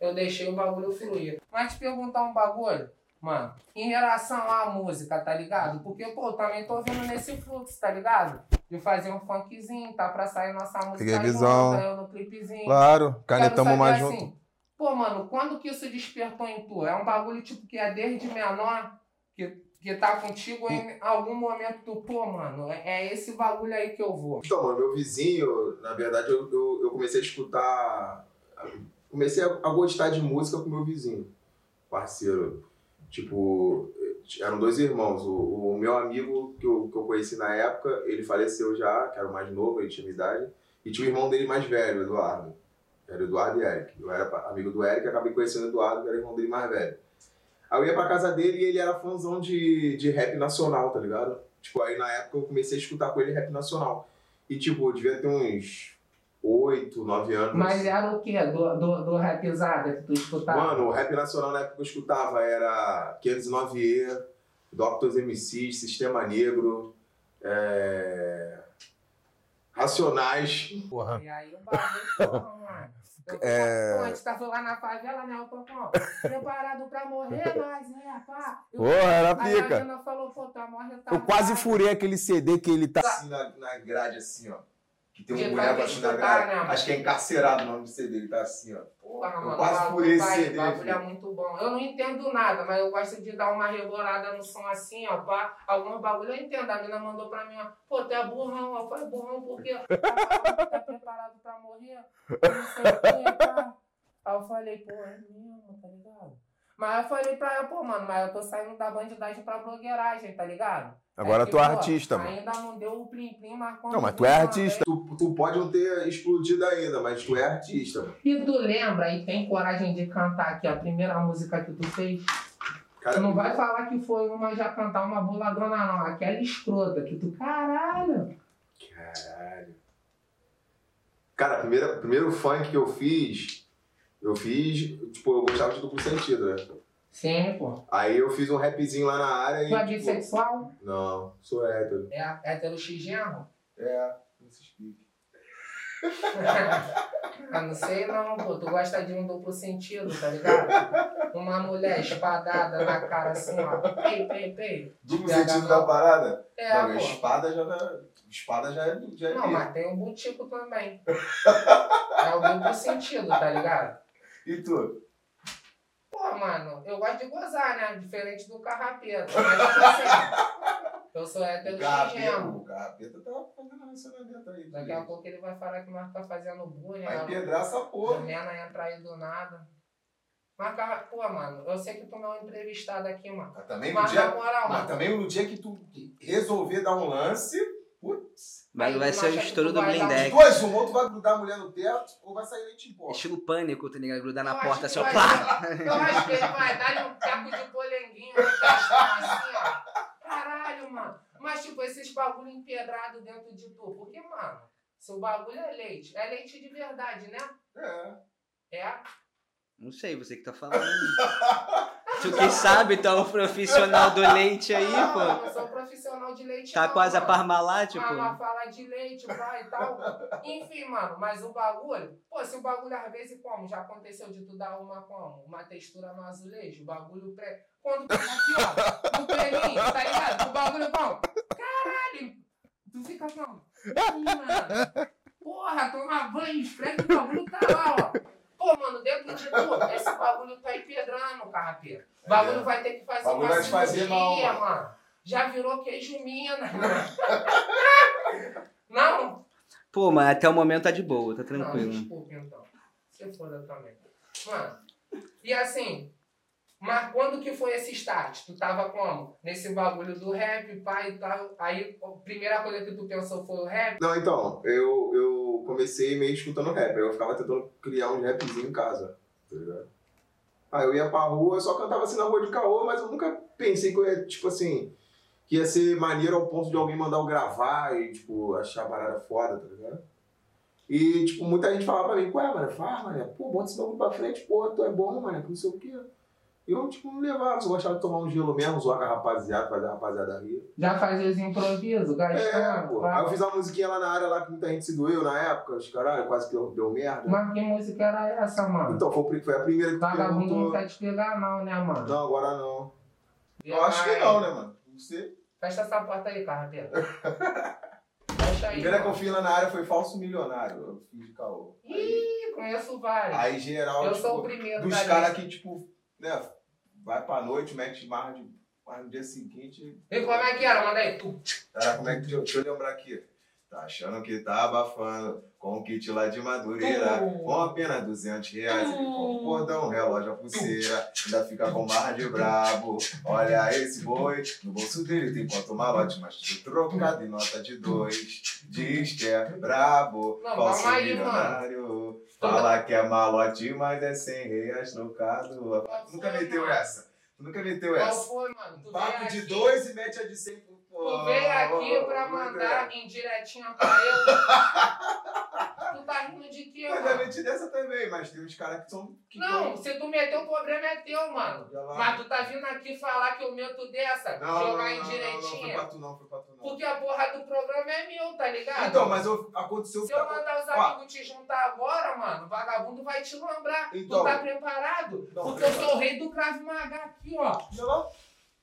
Speaker 4: eu, eu deixei o bagulho fluir. Mas te perguntar um bagulho, mano, em relação à música, tá ligado? Porque, pô, eu também tô vindo nesse fluxo, tá ligado? De fazer um funkzinho, tá pra sair nossa música
Speaker 5: Peguei visão.
Speaker 4: junto, eu no clipezinho.
Speaker 5: Claro,
Speaker 4: Quero
Speaker 5: canetamos
Speaker 4: saber,
Speaker 5: mais
Speaker 4: assim,
Speaker 5: junto.
Speaker 4: Pô, mano, quando que isso despertou em tu? É um bagulho tipo que é desde menor que, que tá contigo em algum momento tu, pô, mano, é é esse bagulho aí que eu vou.
Speaker 1: Então, mano, meu vizinho, na verdade, eu, eu, eu comecei a escutar. Comecei a, a gostar de música com meu vizinho, parceiro. Tipo, eram dois irmãos. O, o meu amigo que eu, que eu conheci na época, ele faleceu já, que era o mais novo, ele tinha minha idade. E tinha o irmão dele mais velho, o Eduardo. Era o Eduardo e Eric. Eu era pa- amigo do Eric e acabei conhecendo o Eduardo, que era o irmão dele mais velho. Aí eu ia pra casa dele e ele era fãzão de, de rap nacional, tá ligado? Tipo, aí na época eu comecei a escutar com ele rap nacional. E tipo, eu devia ter uns 8, 9 anos.
Speaker 4: Mas é era o quê? Do, do, do rapizada que tu escutava?
Speaker 1: Mano, o rap nacional na época que eu escutava era 509E, Doctors MCs, Sistema Negro, é, Racionais.
Speaker 5: Porra.
Speaker 4: E aí o bagulho, porra, mano. Eu tô
Speaker 5: É.
Speaker 4: Pô, a gente tava lá na favela, né, o Tocão? Preparado pra
Speaker 5: *laughs*
Speaker 4: morrer, mas, né, pá? E o-
Speaker 5: Porra, era
Speaker 4: Aí a
Speaker 5: pica.
Speaker 4: menina falou, pô, tua morte tá.
Speaker 5: Eu quase
Speaker 4: fui.
Speaker 5: furei aquele CD que ele tá.
Speaker 1: assim na, na grade, assim, ó. Que tem
Speaker 4: Que
Speaker 1: um boneco assim
Speaker 4: vai
Speaker 1: na
Speaker 4: escutar,
Speaker 1: grade.
Speaker 4: né, mano?
Speaker 1: Acho que é encarcerado o nome do CD, ele tá assim, ó.
Speaker 4: Porra,
Speaker 1: Eu
Speaker 4: mano,
Speaker 1: quase
Speaker 4: bagulho
Speaker 1: furei esse
Speaker 4: tá aí,
Speaker 1: CD,
Speaker 4: bagulho é
Speaker 1: filho.
Speaker 4: muito bom. Eu não entendo nada, mas eu gosto de dar uma rebolada no som assim, ó, pá. Alguns bagulho eu entendo. A mina mandou pra mim, ó, pô, tu é burrão, eu *laughs* falei, burrão, por quê? Ela falou, tá preparado pra morrer? Eu não sei o quê, pá. Aí eu falei, pô, é mesmo, tá ligado? Mas eu falei pra ela, pô, mano, mas eu tô saindo da bandidagem pra blogueiragem, tá ligado?
Speaker 5: Agora
Speaker 4: É que,
Speaker 5: tu é
Speaker 4: pô,
Speaker 5: artista, mano.
Speaker 4: Ainda não deu o plim-plim, mas quando
Speaker 5: Não, mas
Speaker 4: deu,
Speaker 5: tu é
Speaker 4: mano,
Speaker 5: artista.
Speaker 1: Tu, tu pode não ter explodido ainda, mas tu é artista, mano.
Speaker 4: E tu lembra e tem coragem de cantar aqui a primeira música que tu fez?
Speaker 1: Cara,
Speaker 4: Tu não vai falar que foi uma já cantar uma boladona, não. Aquela escrota que tu, caralho.
Speaker 1: Caralho. Cara, primeiro, primeiro funk que eu fiz, eu fiz, tipo, eu gostava de duplo sentido, né?
Speaker 4: Sim, pô.
Speaker 1: Aí eu fiz um rapzinho lá na área e.
Speaker 4: Tu é
Speaker 1: tipo,
Speaker 4: bissexual?
Speaker 1: Não, sou hétero.
Speaker 4: É hétero *laughs* xigeno?
Speaker 1: É, esses piques.
Speaker 4: Ah, não sei não, pô. Tu gosta de um duplo sentido, tá ligado? Uma mulher espadada na cara assim, ó. Pei, pei, pei.
Speaker 1: Duplo
Speaker 4: Pega
Speaker 1: sentido
Speaker 4: não.
Speaker 1: da parada?
Speaker 4: É,
Speaker 1: não, a
Speaker 4: pô.
Speaker 1: espada já tá. Espada já é. Já é
Speaker 4: Não,
Speaker 1: pique.
Speaker 4: mas tem um butico também. É o duplo sentido, tá ligado?
Speaker 1: E tu?
Speaker 4: Pô, mano, eu gosto de gozar, né? Diferente do carrapeta. Mas, tipo assim, eu sou hétero
Speaker 1: Capeta,
Speaker 4: xingemo.
Speaker 1: o capeta tá fazendo relacionamento aí.
Speaker 4: Daqui a pouco ele vai falar que nós tá fazendo bullying.
Speaker 1: Vai
Speaker 4: né?
Speaker 1: pedrar essa
Speaker 4: A
Speaker 1: porra.
Speaker 4: Nena entra aí do nada. Mas, cara, pô, mano, eu sei que tu não é um entrevistado aqui, mano.
Speaker 1: Mas também no
Speaker 4: Mas na
Speaker 1: dia.
Speaker 4: moral,
Speaker 1: Mas
Speaker 4: mano.
Speaker 1: também no dia que tu resolver dar um lance, putz,
Speaker 7: Vai,
Speaker 4: Aí
Speaker 7: vai
Speaker 4: tu
Speaker 7: ser o
Speaker 4: acha que
Speaker 7: estouro
Speaker 4: tu
Speaker 7: do
Speaker 4: vai dar um
Speaker 7: Blindex.
Speaker 1: duas de um ou tu vai grudar a mulher no teto ou vai sair leite em pó.
Speaker 7: É estilo pânico, tá ligado? Grudar na
Speaker 4: Eu
Speaker 7: porta
Speaker 4: acho
Speaker 7: assim,
Speaker 4: que
Speaker 7: ó.
Speaker 4: vai
Speaker 7: pá!
Speaker 4: dar- Eu acho que ele vai dar um taco de polenguinho no testão, assim, ó. Caralho, mano. Mas, tipo, esses bagulho empedrado dentro de tu. Porque, mano, seu bagulho é leite. É leite de verdade, né?
Speaker 1: É.
Speaker 4: É.
Speaker 7: Não sei, você que tá falando. tu que sabe, tu é o profissional do leite aí,
Speaker 4: Ah,
Speaker 7: pô.
Speaker 4: eu sou profissional de leite.
Speaker 7: Tá
Speaker 4: não,
Speaker 7: quase a
Speaker 4: mano.
Speaker 7: Parmalat,
Speaker 4: Ah, mas
Speaker 7: pô.
Speaker 4: fala de leite, pai e tal. Enfim, mano, mas o bagulho. Pô, se o bagulho às vezes como? Já aconteceu de tu dar uma como? Uma textura no azulejo, o bagulho pré. Quando tu aqui, ó, no pelinho, tá ligado? O bagulho como? Caralho! Tu fica como? Ih, mano. Porra, toma banho, esfrega o bagulho tá lá, ó. Pô, mano, dentro de tu, esse bagulho tá empedrando, carrapeiro. O bagulho
Speaker 1: É.
Speaker 4: vai ter que fazer
Speaker 1: Bagulho
Speaker 4: uma
Speaker 1: vai te fazer
Speaker 4: cirurgia,
Speaker 1: mal, mano.
Speaker 4: mano. Já virou queijo mina.
Speaker 1: *laughs*
Speaker 4: Não,
Speaker 7: Pô, mas até o momento tá de boa, tá
Speaker 4: não,
Speaker 7: tranquilo.
Speaker 4: desculpa, então. Você foda também. Mano, e assim, mas quando que foi esse start? Tu tava como? Nesse bagulho do rap, pai e tal. Aí a primeira coisa que tu pensou foi o rap?
Speaker 1: Não, então, eu, eu comecei meio escutando rap. Aí eu ficava tentando criar um rapzinho em casa, tá ligado? Aí eu ia pra rua, eu só cantava assim na rua de caô, mas eu nunca pensei que eu ia, tipo assim, que ia ser maneiro ao ponto de alguém mandar eu gravar e, tipo, achar a parada foda, tá ligado? E, tipo, muita gente falava pra mim, ué, mano, fala, mano, pô, bota esse bagulho pra frente, pô, tu é bom, mano, que não sei o quê. E eu, tipo, não levava, só gostava de tomar um gelo mesmo, zoar com a rapaziada, fazer a rapaziada rir.
Speaker 4: Já fazia os improvisos,
Speaker 1: É,
Speaker 4: gastando.
Speaker 1: pô. Aí eu fiz uma musiquinha lá na área lá que muita gente se doeu na época, os caralho, quase que deu, deu merda.
Speaker 4: Mas que música era essa, mano?
Speaker 1: Então, foi, o pri- foi a primeira que tu
Speaker 4: Vagabundo não
Speaker 1: perguntou.
Speaker 4: quer te pegar, não, né, mano?
Speaker 1: Não, agora não. Eu acho que não, né, mano? Você. *laughs*
Speaker 4: Fecha essa porta aí, carrapeiro. Fecha isso aí.
Speaker 1: Primeira que eu fiz lá na área foi falso milionário. Eu fiz de caô. Aí,
Speaker 4: Ih, conheço vários.
Speaker 1: aí geral,
Speaker 4: eu
Speaker 1: tipo,
Speaker 4: sou o primeiro
Speaker 1: dos
Speaker 4: da
Speaker 1: caras
Speaker 4: lista.
Speaker 1: que, tipo, né, vai pra noite, mete marra de. Mas no dia seguinte.
Speaker 4: E como é que era? Manda aí. Tu.
Speaker 1: Cara, como é que. Deixa eu lembrar aqui. Tá achando que tá abafando com o kit lá de Madureira,
Speaker 4: Tum.
Speaker 1: com apenas 200 reais, ele compra um
Speaker 4: Tum.
Speaker 1: cordão, um relógio, a pulseira, ainda fica com barra de brabo. Olha esse boi, no bolso dele tem quanto malote, mas tudo trocado em nota de dois. Diz que é brabo,
Speaker 4: Não,
Speaker 1: falso
Speaker 4: calma aí, tá
Speaker 1: milionário. assim, né? Fala que é malote, mas é 100 reais trocado.
Speaker 4: Qual
Speaker 1: Nunca
Speaker 4: foi,
Speaker 1: meteu
Speaker 4: mano?
Speaker 1: essa. Nunca meteu
Speaker 4: Qual
Speaker 1: essa.
Speaker 4: foi, mano? Tu veio
Speaker 1: Papo
Speaker 4: aqui,
Speaker 1: de dois e mete a de 100 por
Speaker 4: Tu veio aqui pra mandar indiretinha pra eu.
Speaker 1: *laughs*
Speaker 4: tu tá rindo de quê,
Speaker 1: Eu já
Speaker 4: mano?
Speaker 1: meti dessa também, mas tem uns caras que são. é Que
Speaker 4: Não, se tu meter o problema é teu, mano.
Speaker 1: Já lá.
Speaker 4: Mas tu tá vindo aqui falar que eu meto dessa, jogar
Speaker 1: não, não, não, foi
Speaker 4: indiretinha.
Speaker 1: pra tu não, foi pra tu não.
Speaker 4: porque a porra do programa é meu, tá ligado?
Speaker 1: Então, mas eu- aconteceu.
Speaker 4: Se eu mandar os
Speaker 1: Ó.
Speaker 4: amigos te juntar agora, mano, o vagabundo vai te lambrar.
Speaker 1: Então.
Speaker 4: tu tá preparado?
Speaker 1: Não,
Speaker 4: Porque eu sou o rei do Krav Maga aqui, ó.
Speaker 1: Não, não.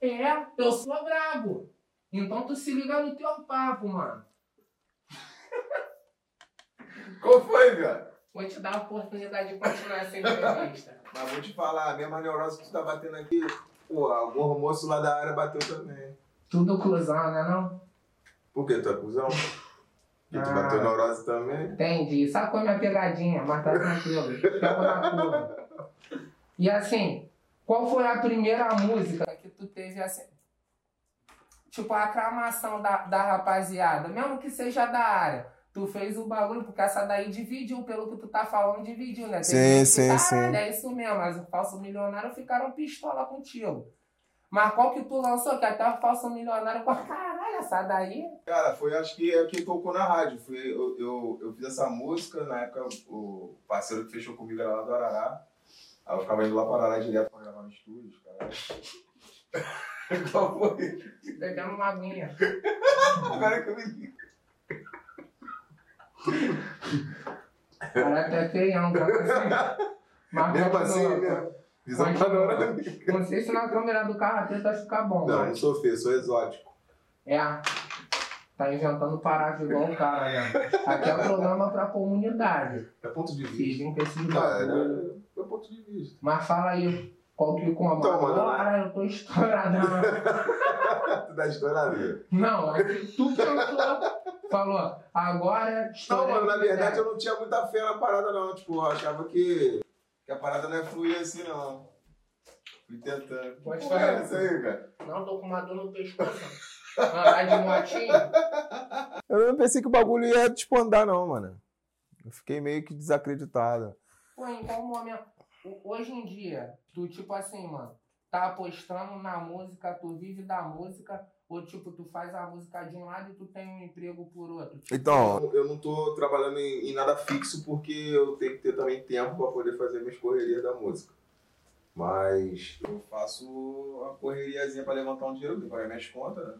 Speaker 4: É, eu sou brabo. Então tu se liga no teu papo, mano.
Speaker 1: Qual foi, velho?
Speaker 4: Vou te dar a oportunidade de continuar
Speaker 1: *laughs*
Speaker 4: essa entrevista.
Speaker 1: Mas vou te falar, a mesma neurose que tu tá batendo aqui. Pô, algum moço lá da área bateu também.
Speaker 4: Tudo cruzão, né não?
Speaker 1: Por que tu é cuzão? E tu
Speaker 4: Ah.
Speaker 1: bateu neurose também?
Speaker 4: Entendi. é Sacou minha pegadinha, mas tá tranquilo. Tamo na curva. E assim, qual foi a primeira música que tu teve assim? Tipo, a aclamação da, da rapaziada, mesmo que seja da área. Tu fez o bagulho, porque essa daí dividiu, pelo que tu tá falando, dividiu, né? Tem
Speaker 5: Sim,
Speaker 4: gente que,
Speaker 5: sim,
Speaker 4: "Caralho,
Speaker 5: sim.
Speaker 4: É isso mesmo, mas o falso milionário ficaram pistola contigo. Mas qual que tu lançou? Que até o falso milionário falou, caralho, essa daí
Speaker 1: Cara, foi acho que é quem tocou na rádio. Foi, eu, eu, eu fiz essa música, na época o parceiro que fechou comigo era lá do Arará. Aí eu ficava indo lá para Arará direto pra gravar no estúdio, cara. *laughs* Qual foi?
Speaker 4: bebendo uma aguinha.
Speaker 1: Agora que eu me lembro.
Speaker 4: Ela até feião, tá assim.
Speaker 1: *laughs*
Speaker 4: Mas
Speaker 1: Mesmo
Speaker 4: continua,
Speaker 1: assim, né? Visão
Speaker 4: Continua.
Speaker 1: panorâmica.
Speaker 4: Não sei se na câmera do carro preta vai ficar bom,
Speaker 1: Não,
Speaker 4: mas-
Speaker 1: não sou feio, sou exótico.
Speaker 4: É. Tá inventando parar igual o cara, né? Aqui é programa pra comunidade.
Speaker 1: É ponto de vista.
Speaker 4: Fiquem com esses bagulho.
Speaker 1: Cara, Ah,
Speaker 5: né?
Speaker 1: é ponto de
Speaker 5: *laughs*
Speaker 1: vista.
Speaker 4: né? Mas fala aí, qual que comanda?
Speaker 1: Então, mano,
Speaker 4: Agora eu
Speaker 1: *laughs*
Speaker 4: tô estouradão.
Speaker 1: Tu dá estourada.
Speaker 4: Não, é que tu cantou, falou, agora.
Speaker 1: Não,
Speaker 4: estourei
Speaker 1: mano, na
Speaker 4: o que
Speaker 1: verdade
Speaker 4: der.
Speaker 1: eu não tinha muita fé na parada, não. Tipo, eu achava que, que a parada não é fluir assim, não. Fui tentando.
Speaker 4: Pode
Speaker 1: Porra,
Speaker 4: falar.
Speaker 1: é isso aí, cara.
Speaker 4: Não, tô com uma dor no pescoço. Andar de motinho.
Speaker 5: Eu não pensei que o bagulho ia, tipo, andar, não, mano. Eu fiquei meio que desacreditado.
Speaker 4: Pô, em qual momento? ho- um Hoje em dia, tu, tipo assim, mano, tá apostando na música, tu vive da música, ou tipo, tu faz a música de um lado e tu tem um emprego por outro. Tipo,
Speaker 5: Então,
Speaker 1: Eu não tô trabalhando em, em nada fixo porque eu tenho que ter também tempo pra poder fazer minhas correrias da música. Mas eu faço uma correriazinha pra levantar um dinheiro, porque pagar minhas contas, né?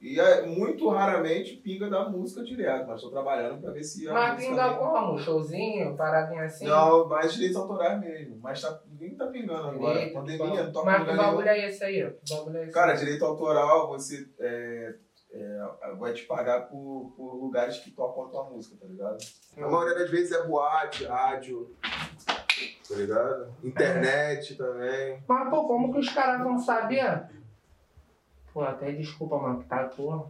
Speaker 1: E é, muito raramente pinga da música direto, mas tô trabalhando pra ver se a
Speaker 4: Mas
Speaker 1: música
Speaker 4: pinga
Speaker 1: vem.
Speaker 4: como? Um Showzinho, paradinha assim?
Speaker 1: Não, mais direitos autorais mesmo. Mas tá, ninguém tá pingando agora.
Speaker 4: Direito,
Speaker 1: Pandemia, não toca
Speaker 4: Mas que
Speaker 1: lugar nenhum.
Speaker 4: bagulho é esse aí? Que bagulho é esse
Speaker 1: Cara,
Speaker 4: aí?
Speaker 1: direito autoral, você é, é, vai te pagar por, por lugares que tocam a tua música, tá ligado? A maioria das vezes é boate, rádio, tá ligado? Internet também.
Speaker 4: Mas pô, como que os caras vão saber? Pô, até desculpa, mano, que tá porra.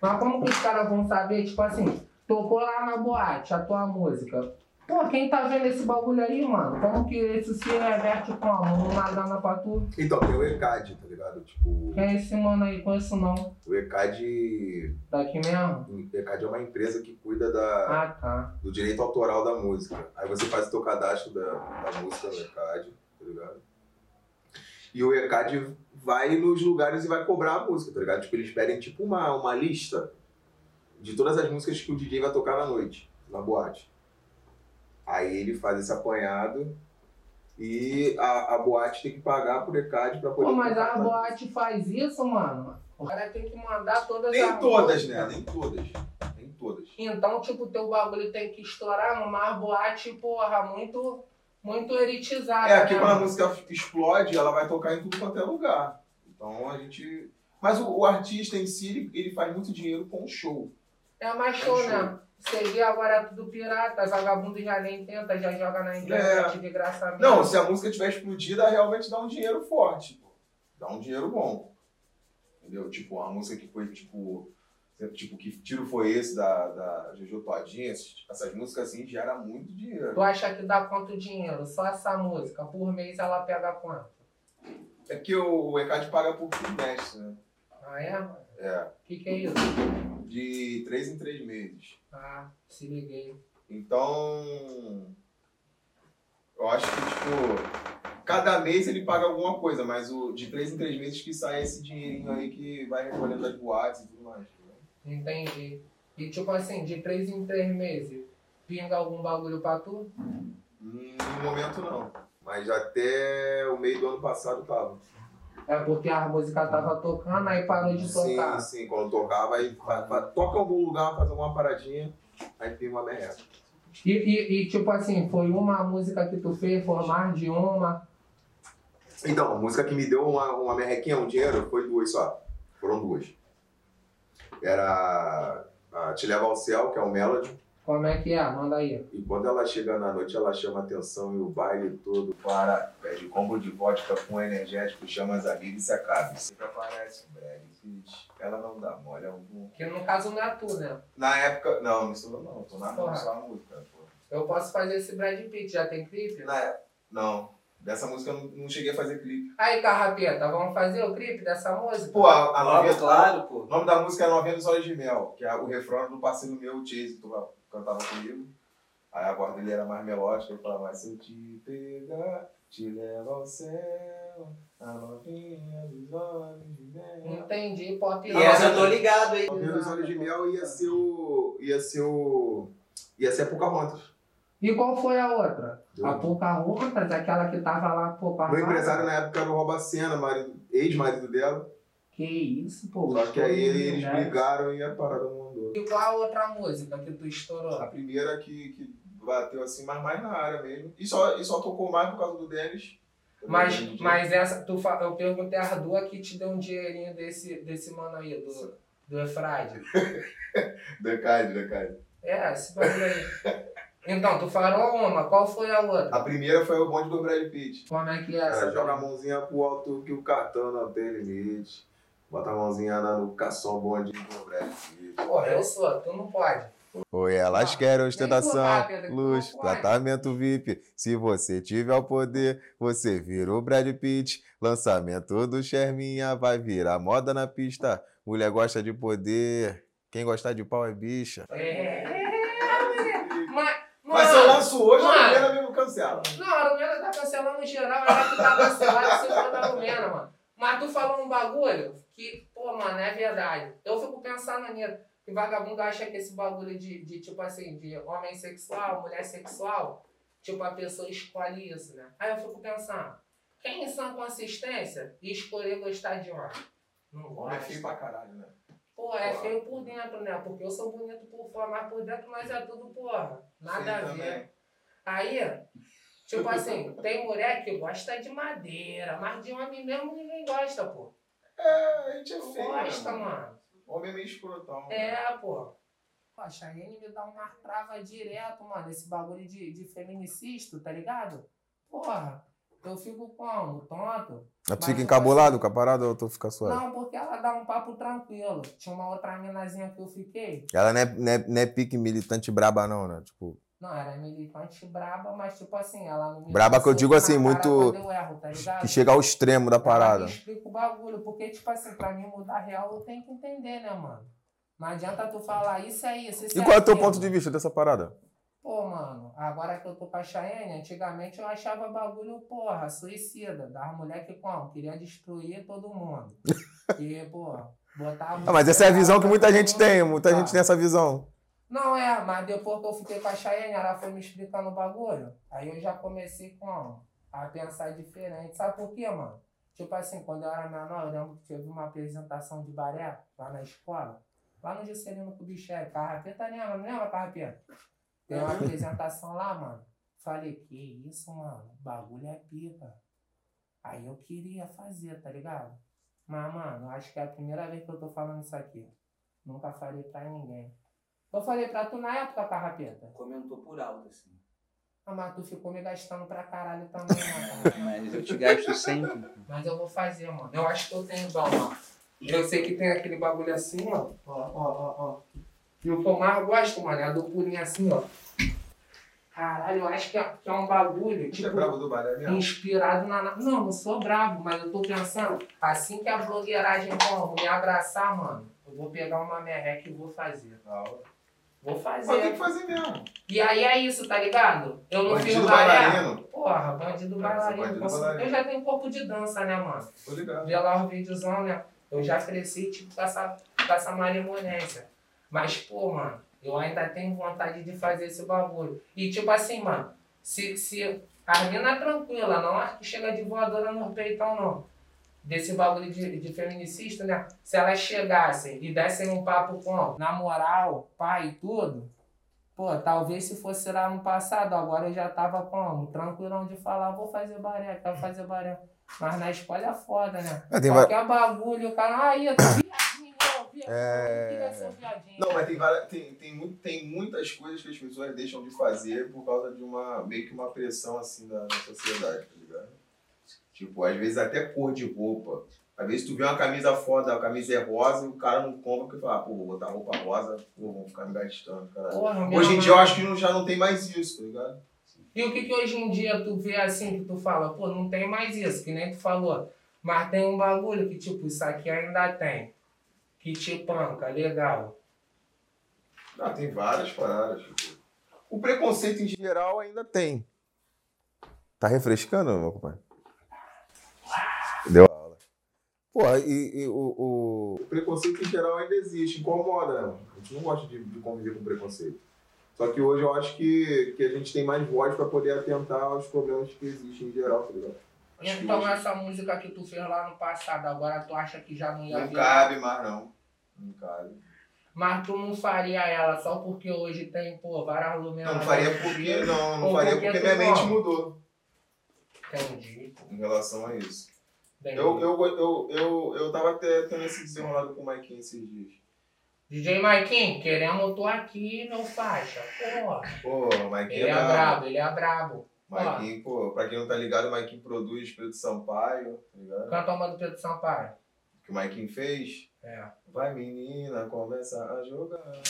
Speaker 4: Mas como que os caras vão saber, tipo assim, tocou lá na boate a tua música. Pô, quem tá vendo esse bagulho aí, mano? Como que isso se reverte como? Uma grana pra tu?
Speaker 1: Então, tem o ECAD, tá ligado? Tipo,
Speaker 4: Quem é esse mano aí? Conheço não.
Speaker 1: o ECAD,
Speaker 4: Daqui mesmo?
Speaker 1: o ECAD é uma empresa que cuida da,
Speaker 4: Ah, tá.
Speaker 1: do direito autoral da música. Aí você faz o teu cadastro da, da música no ECAD, tá ligado? E o ECAD vai nos lugares e vai cobrar a música, tá ligado? Tipo, eles pedem tipo uma, uma lista de todas as músicas que o DJ vai tocar na noite, na boate. Aí ele faz esse apanhado e a, a boate tem que pagar pro ECAD pra poder.
Speaker 4: Pô, mas
Speaker 1: tocar
Speaker 4: a
Speaker 1: na-
Speaker 4: boate faz isso, mano. O cara tem que mandar todas
Speaker 1: Nem
Speaker 4: as
Speaker 1: todas,
Speaker 4: músicas.
Speaker 1: né? Nem todas. Nem todas.
Speaker 4: Então, tipo, teu bagulho tem que estourar numa boate, porra, muito, muito eritizada.
Speaker 1: É, aqui
Speaker 4: né,
Speaker 1: quando a
Speaker 4: mano?
Speaker 1: música explode, ela vai tocar em tudo quanto é lugar. Então a gente. Mas o, o artista em si, ele, ele faz muito dinheiro com o show.
Speaker 4: É mais show, né? CD agora é tudo pirata, vagabundo já nem tenta, já joga na internet de graça mesmo.
Speaker 1: É. Não, se a música tiver explodida, realmente dá um dinheiro forte, pô. Dá um dinheiro bom. Entendeu? Tipo, a música que foi, tipo. Tipo, que tiro foi esse da, da Jojo Todinha? Esses- Essas músicas assim geram muito dinheiro.
Speaker 4: Tu acha que dá quanto dinheiro? Só essa música, por mês ela pega quanto?
Speaker 1: É porque o, o ECAD paga por trimestre, né?
Speaker 4: Ah, é? mano?
Speaker 1: É.
Speaker 4: Que que é isso?
Speaker 1: De três em três meses.
Speaker 4: Ah, se liguei.
Speaker 1: Então. Eu acho que, tipo. Cada mês ele paga alguma coisa, mas o, de três em três meses que sai esse dinheirinho aí que vai recolhendo das boates e tudo mais. né?
Speaker 4: Entendi. E tipo assim, de três em três meses, pinga algum bagulho pra tu?
Speaker 1: Hum, No momento não. Mas até o meio do ano passado tava.
Speaker 4: É porque a música tava tocando, aí parou de
Speaker 1: sim,
Speaker 4: tocar.
Speaker 1: sim. Quando tocava, aí fa- fa- toca em algum lugar, faz alguma paradinha, aí tem uma merda.
Speaker 4: E, e, e, tipo assim, foi uma música que tu fez, foi mais de uma.
Speaker 1: Então, a música que me deu uma, uma merrequinha, um dinheiro, foi duas só. Foram duas. Era a Te Leva ao Céu, que é o Melody.
Speaker 4: Como é que é? Manda aí.
Speaker 1: E quando ela chega na noite, ela chama atenção e o baile todo para. Pede combo de vodka com energético, chama as amigas e se acaba. Sempre aparece o Brad Pitt. um Ela não dá mole algum.
Speaker 4: Que no caso não é tu, né?
Speaker 1: Na época. Não, isso não, não. Tô na mão,
Speaker 4: Porra.
Speaker 1: só a música. pô.
Speaker 4: Eu posso fazer esse Brad Pitt, já tem clipe?
Speaker 1: Na época. Não. Dessa música eu não, não cheguei a fazer clipe.
Speaker 4: Aí, Carrapeta, vamos fazer o clipe dessa música?
Speaker 1: Pô, a, a
Speaker 7: Claro,
Speaker 1: novinha-
Speaker 7: claro,
Speaker 1: O
Speaker 7: pô.
Speaker 1: nome da música é Novinha dos Olhos de Mel, que é o refrão do parceiro meu, o Chase, que tocava- cantava comigo. Aí a voz dele era mais melódica, ele falava, mas se eu te pegar, te levo ao céu, a novinha dos olhos de mel.
Speaker 4: Entendi, pop.
Speaker 7: E
Speaker 1: Não,
Speaker 7: essa eu
Speaker 1: não.
Speaker 7: tô ligado, hein?
Speaker 1: Novinha dos Olhos de Mel ia ser o... ia ser o... ia ser a Pocahontas.
Speaker 4: E qual foi a outra?
Speaker 1: Deu.
Speaker 4: A Pocahontas, aquela que tava lá, pô, pra
Speaker 1: Meu empresário né? na época era o Robacena, marido- ex-marido dela,
Speaker 4: Que isso, pô.
Speaker 1: só que aí
Speaker 4: estourou,
Speaker 1: eles
Speaker 4: né?
Speaker 1: brigaram e a parada não andou.
Speaker 4: E qual a outra música que tu estourou?
Speaker 1: A primeira que, que bateu assim, mas mais na área mesmo. E só, e só tocou mais por causa do Denis. um
Speaker 4: Mas, mas essa, tu fa... eu perguntei a Ardua que te deu um dinheirinho desse, desse mano aí, do, do Efraide.
Speaker 1: Decade, decade.
Speaker 4: É, esse bagulho aí. Então, tu falou uma, qual foi a outra?
Speaker 1: A primeira foi o bonde do Brad Pitt.
Speaker 4: Como é que é
Speaker 1: Ah. Cara,
Speaker 4: essa?
Speaker 1: joga a mãozinha pro alto que o cartão não tem limite. Bota a mãozinha na nuca, só o bonde do Brad Pitt.
Speaker 4: Porra, eu sou, tu não pode.
Speaker 5: Oi, elas
Speaker 4: Ah,
Speaker 5: querem
Speaker 4: tocar,
Speaker 5: ostentação,
Speaker 4: Pedro, que
Speaker 5: luxo,
Speaker 4: não pode.
Speaker 5: tratamento VIP. Se você tiver o poder, você vira o Brad Pitt. Lançamento do Sherminha vai virar moda na pista. Mulher gosta de poder. Quem gostar de pau é bicha.
Speaker 4: É. Mas,
Speaker 1: Mas se eu
Speaker 4: mano,
Speaker 1: lanço hoje,
Speaker 4: mano.
Speaker 1: a primeira mesmo cancela.
Speaker 4: não, a Lumena tá cancelando geral, ela que tá cancelada se for da Lumena, mano. Mas tu falou um bagulho que, pô, mano, é verdade. Eu fico pensando nisso. Que vagabundo acha que esse bagulho de, de, tipo assim, de homem sexual, mulher sexual, tipo, a pessoa escolhe isso, né? Aí eu fico pensando, quem em sã consistência e escolher gostar de homem? Não
Speaker 1: Homem é
Speaker 4: gosta.
Speaker 1: feio pra caralho, né?
Speaker 4: Pô, é
Speaker 1: Porra.
Speaker 4: feio por dentro, né? Porque eu sou bonito por fora, mas por dentro nós é tudo porra. Nada
Speaker 1: Feio
Speaker 4: a ver.
Speaker 1: também.
Speaker 4: Aí,
Speaker 5: *laughs*
Speaker 4: tipo assim, tem mulher que gosta de madeira, mas de homem mesmo ninguém gosta, pô.
Speaker 1: É, a gente é
Speaker 4: Não
Speaker 1: feio.
Speaker 4: gosta,
Speaker 1: né,
Speaker 4: mano.
Speaker 1: Homem é meio escrotão. né?
Speaker 4: É, pô. Pô, a Chayenne me dá uma trava direto, mano, esse bagulho de, de feminicisto, tá ligado? Porra, eu fico como? Tonto?
Speaker 5: Mas
Speaker 4: Mas
Speaker 5: tu fica
Speaker 4: eu
Speaker 5: encabulado com a parada ou tu fica suave?
Speaker 4: Não, porque ela dá um papo tranquilo. Tinha uma outra minazinha que eu fiquei,
Speaker 5: Ela não é, não, é, não é pique militante braba, não, né? Tipo,
Speaker 4: Não, era militante braba, mas tipo assim, ela não me
Speaker 5: Braba que
Speaker 4: passou
Speaker 5: eu digo
Speaker 4: na
Speaker 5: assim,
Speaker 4: cara
Speaker 5: muito-
Speaker 4: quando eu erro, tá ligado?
Speaker 5: que chega ao extremo da
Speaker 4: Ela
Speaker 5: parada.
Speaker 4: me explica o bagulho, porque tipo assim, pra mim mudar real eu tenho que entender, né, mano? Não adianta tu falar isso é isso, isso
Speaker 5: E qual é o teu
Speaker 4: aquilo.
Speaker 5: ponto de vista dessa parada?
Speaker 4: Pô, mano, agora que eu tô com a Cheyenne, antigamente eu achava bagulho, porra, suicida. Das mulher que, como, queria destruir todo
Speaker 5: *laughs*
Speaker 4: mundo. E, porra, botava... Tá.
Speaker 5: Ah, mas essa é a visão que muita
Speaker 4: todo
Speaker 5: gente
Speaker 4: mundo
Speaker 5: tem, muita
Speaker 4: pra-
Speaker 5: gente tem essa visão.
Speaker 4: não, é, mas depois que eu fiquei com a Chayenne, ela foi me explicando o bagulho. Aí eu já comecei com a pensar diferente. Sabe por quê, mano? Tipo assim, quando eu era menor, eu lembro que teve uma apresentação de baré lá na escola. Lá no Juscelino Kubitschek, Carrapeta lembra, não lembra, Carrapeta? Tem uma apresentação lá, mano. Falei, que isso, mano? O bagulho é pica. Aí eu queria fazer, tá ligado? Mas, mano, acho que é a primeira vez que eu tô falando isso aqui. Nunca falei pra ninguém. Eu falei pra tu na época, Carrapeta.
Speaker 7: Comentou por alto, assim.
Speaker 4: Ah, mas tu ficou me gastando pra caralho também, né, cara?
Speaker 9: *laughs*
Speaker 7: Mas eu te gasto sempre.
Speaker 4: Mas eu vou fazer, mano. Eu acho que eu tenho dom, ó. Eu sei que tem aquele bagulho assim, ó. Ó, ó, ó, ó. E o que eu mais gosto, mano, é a do pulinho assim, ó. Caralho, eu acho que é, que é um bagulho,
Speaker 9: Você é
Speaker 4: tipo,
Speaker 9: brabo do balé mesmo?
Speaker 4: inspirado na... na- Não, não sou brabo, mas eu tô pensando, assim que a blogueiragem como me abraçar, mano, eu vou pegar uma merreca e vou fazer. Vou
Speaker 9: Mas tem
Speaker 4: fazer.
Speaker 9: que fazer mesmo.
Speaker 4: E aí é isso, tá ligado? Eu não fiz
Speaker 9: Bandido
Speaker 4: balé.
Speaker 9: bailarino.
Speaker 4: Porra, bandido bailarino.
Speaker 9: bandido
Speaker 4: posso- Eu
Speaker 9: bailarino.
Speaker 4: já tenho corpo de dança, né, mano?
Speaker 9: Tô ligado.
Speaker 4: vê lá os videozão, né? Eu já cresci, tipo, com essa, com essa manemonência. Mas, pô, mano, eu ainda tenho vontade de fazer esse bagulho. E, tipo assim, mano, se, se a mina é tranquila, não acho que chega de voadora no peitão, não. Desse bagulho de, de feminicista, né? Se elas chegassem e dessem um papo com na moral, pai e tudo, pô, talvez se fosse lá no passado, agora eu já tava como? Tranquilão de falar, vou fazer baré, quero fazer baré. Mas na escola é foda, né?
Speaker 1: Ah, tem va-
Speaker 4: Qualquer bagulho, o cara, aí, eu tô viadinho, ó, viadinho,
Speaker 1: É.
Speaker 4: queria ser viadinho.
Speaker 9: Não, mas tem, várias, tem, tem, mu- tem muitas coisas que as pessoas deixam de fazer por causa de uma meio que uma pressão assim da, da sociedade, tá ligado? Tipo, às vezes até cor de roupa. Às vezes tu vê uma camisa foda, a camisa é rosa, e o cara não compra porque fala, "Ah, pô, vou botar roupa rosa, pô, vão ficar me gastando, cara.
Speaker 4: Porra, meu
Speaker 9: Hoje em dia eu
Speaker 4: mano.
Speaker 9: acho que não- já não tem mais isso, tá ligado?
Speaker 4: E o que que hoje em dia tu vê assim, que tu fala, pô, não tem mais isso, que nem tu falou. Mas tem um bagulho que, tipo, isso aqui ainda tem. Que te panca, legal.
Speaker 9: Ah, tem várias paradas, tipo. O preconceito em geral ainda tem.
Speaker 1: Tá refrescando, meu compadre? Deu aula. Porra, e, e o, o-
Speaker 9: O preconceito em geral ainda existe, incomoda, né? A gente não gosta de, de conviver com preconceito. Só que hoje eu acho que, que a gente tem mais voz pra poder atentar aos problemas que existem em geral, tá ligado? Acho que
Speaker 4: Então
Speaker 9: hoje-
Speaker 4: essa música que tu fez lá no passado, agora tu acha que já não ia
Speaker 9: Não
Speaker 4: virar?
Speaker 9: cabe mais, não. Não cabe.
Speaker 4: Mas tu não faria ela só porque hoje tem, pô, várias
Speaker 9: Não,
Speaker 4: luminárias.
Speaker 9: não faria porque não, não
Speaker 4: Ou
Speaker 9: faria
Speaker 4: porque
Speaker 9: porque é
Speaker 4: tu
Speaker 9: minha mente
Speaker 4: gosta.
Speaker 9: mudou
Speaker 4: Entendi.
Speaker 9: em relação a isso.
Speaker 4: entendi.
Speaker 9: Eu, eu, eu, eu, eu tava até tendo esse desenrolado com o Maikinho esses dias.
Speaker 4: DJ Maikin, queremos tu aqui, meu faixa. Pô,
Speaker 9: Pô, o Maikinho
Speaker 4: ele é
Speaker 9: brabo.
Speaker 4: brabo, ele é brabo.
Speaker 9: Maikinho, pô, pra quem não tá ligado, o Maikinho produz Pedro Sampaio, tá ligado?
Speaker 4: Canta uma do Pedro Sampaio.
Speaker 9: O que o Maikinho fez.
Speaker 4: É.
Speaker 9: Vai, menina, começa a jogar.
Speaker 4: Aí,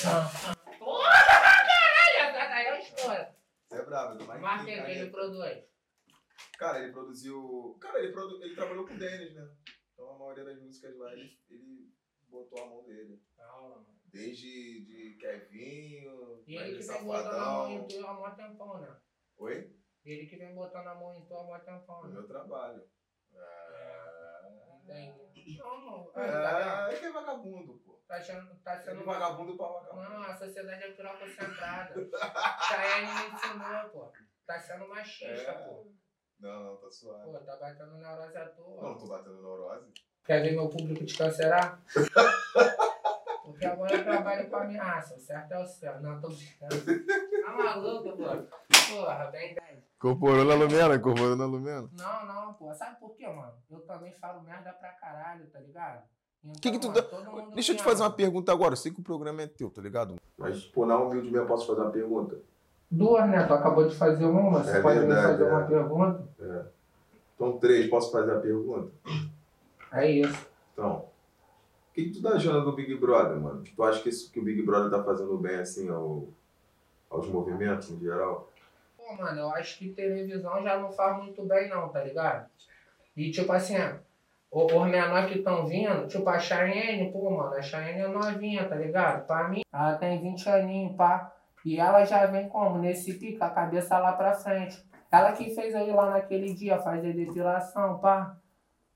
Speaker 4: essa daí é história.
Speaker 9: Você é brabo, do Maikinho.
Speaker 4: Mas quem
Speaker 9: Cara,
Speaker 4: que ele
Speaker 9: ele-
Speaker 4: produz?
Speaker 9: cara, ele produziu. Cara, ele, produ... ele trabalhou com o Dennis, né? Então a maioria das músicas lá ele, ele botou a mão dele. Desde de Kevinho,
Speaker 4: E
Speaker 9: Wesley
Speaker 4: ele que vem botando a mão em
Speaker 9: Safadão.
Speaker 4: tu há mó tempão, né?
Speaker 9: Oi?
Speaker 4: Ele que vem botando a mão em tu há mó tempão,
Speaker 9: O
Speaker 4: né? É,
Speaker 9: meu trabalho. Ah,
Speaker 4: Entendi. Não, não. Aí, tá,
Speaker 9: ah, é que é vagabundo, pô.
Speaker 4: tá achando, tá
Speaker 9: É do
Speaker 4: sendo
Speaker 9: vagabundo pra vagabundo.
Speaker 4: Não, a sociedade é piroca centrada. Chayane me ensinou, pô. Tá sendo machista,
Speaker 9: É.
Speaker 4: pô.
Speaker 9: Não, não, tá suave.
Speaker 4: Pô, tá batendo neurose à toa.
Speaker 9: Não, não tô batendo neurose.
Speaker 4: Quer ver meu público
Speaker 1: *laughs*
Speaker 4: te cancelar? Porque agora eu trabalho com a minha raça. O certo é o céu. Não, tô brincando. Tá maluco, pô? Porra, bem 10.
Speaker 1: Incorporou na Lumena, incorporou na Lumena.
Speaker 4: Não, não, pô. Sabe por quê, mano? Eu também falo merda pra caralho, tá ligado? Então,
Speaker 1: Que que tu
Speaker 4: mano,
Speaker 1: dá-
Speaker 4: todo mundo
Speaker 1: Deixa eu
Speaker 4: me
Speaker 1: te fazer uma
Speaker 4: ama.
Speaker 1: pergunta agora. Eu sei que o programa é teu, tá ligado?
Speaker 9: Mas, pô, na humilde minha, posso fazer uma pergunta?
Speaker 4: Duas, né? Tu acabou de fazer uma. Você
Speaker 9: É
Speaker 4: pode me
Speaker 9: verdade,
Speaker 4: fazer
Speaker 9: é.
Speaker 4: uma pergunta?
Speaker 9: Então, três, posso fazer a pergunta?
Speaker 4: É isso.
Speaker 9: Então, o que, que tu tá achando do Big Brother, mano? Tu acha que, isso, que o Big Brother tá fazendo bem, assim, ao, aos movimentos em geral?
Speaker 4: Pô, mano, eu acho que televisão já não faz muito bem, não, tá ligado? E, tipo assim, o- os menores que estão vindo, tipo a Cheyenne, pô, mano, a Cheyenne é novinha, tá ligado? Pra mim, ela tem 20 aninhos, pá. E ela já vem como? Nesse pica, a cabeça lá pra frente. Ela que fez aí lá naquele dia fazer depilação, pá.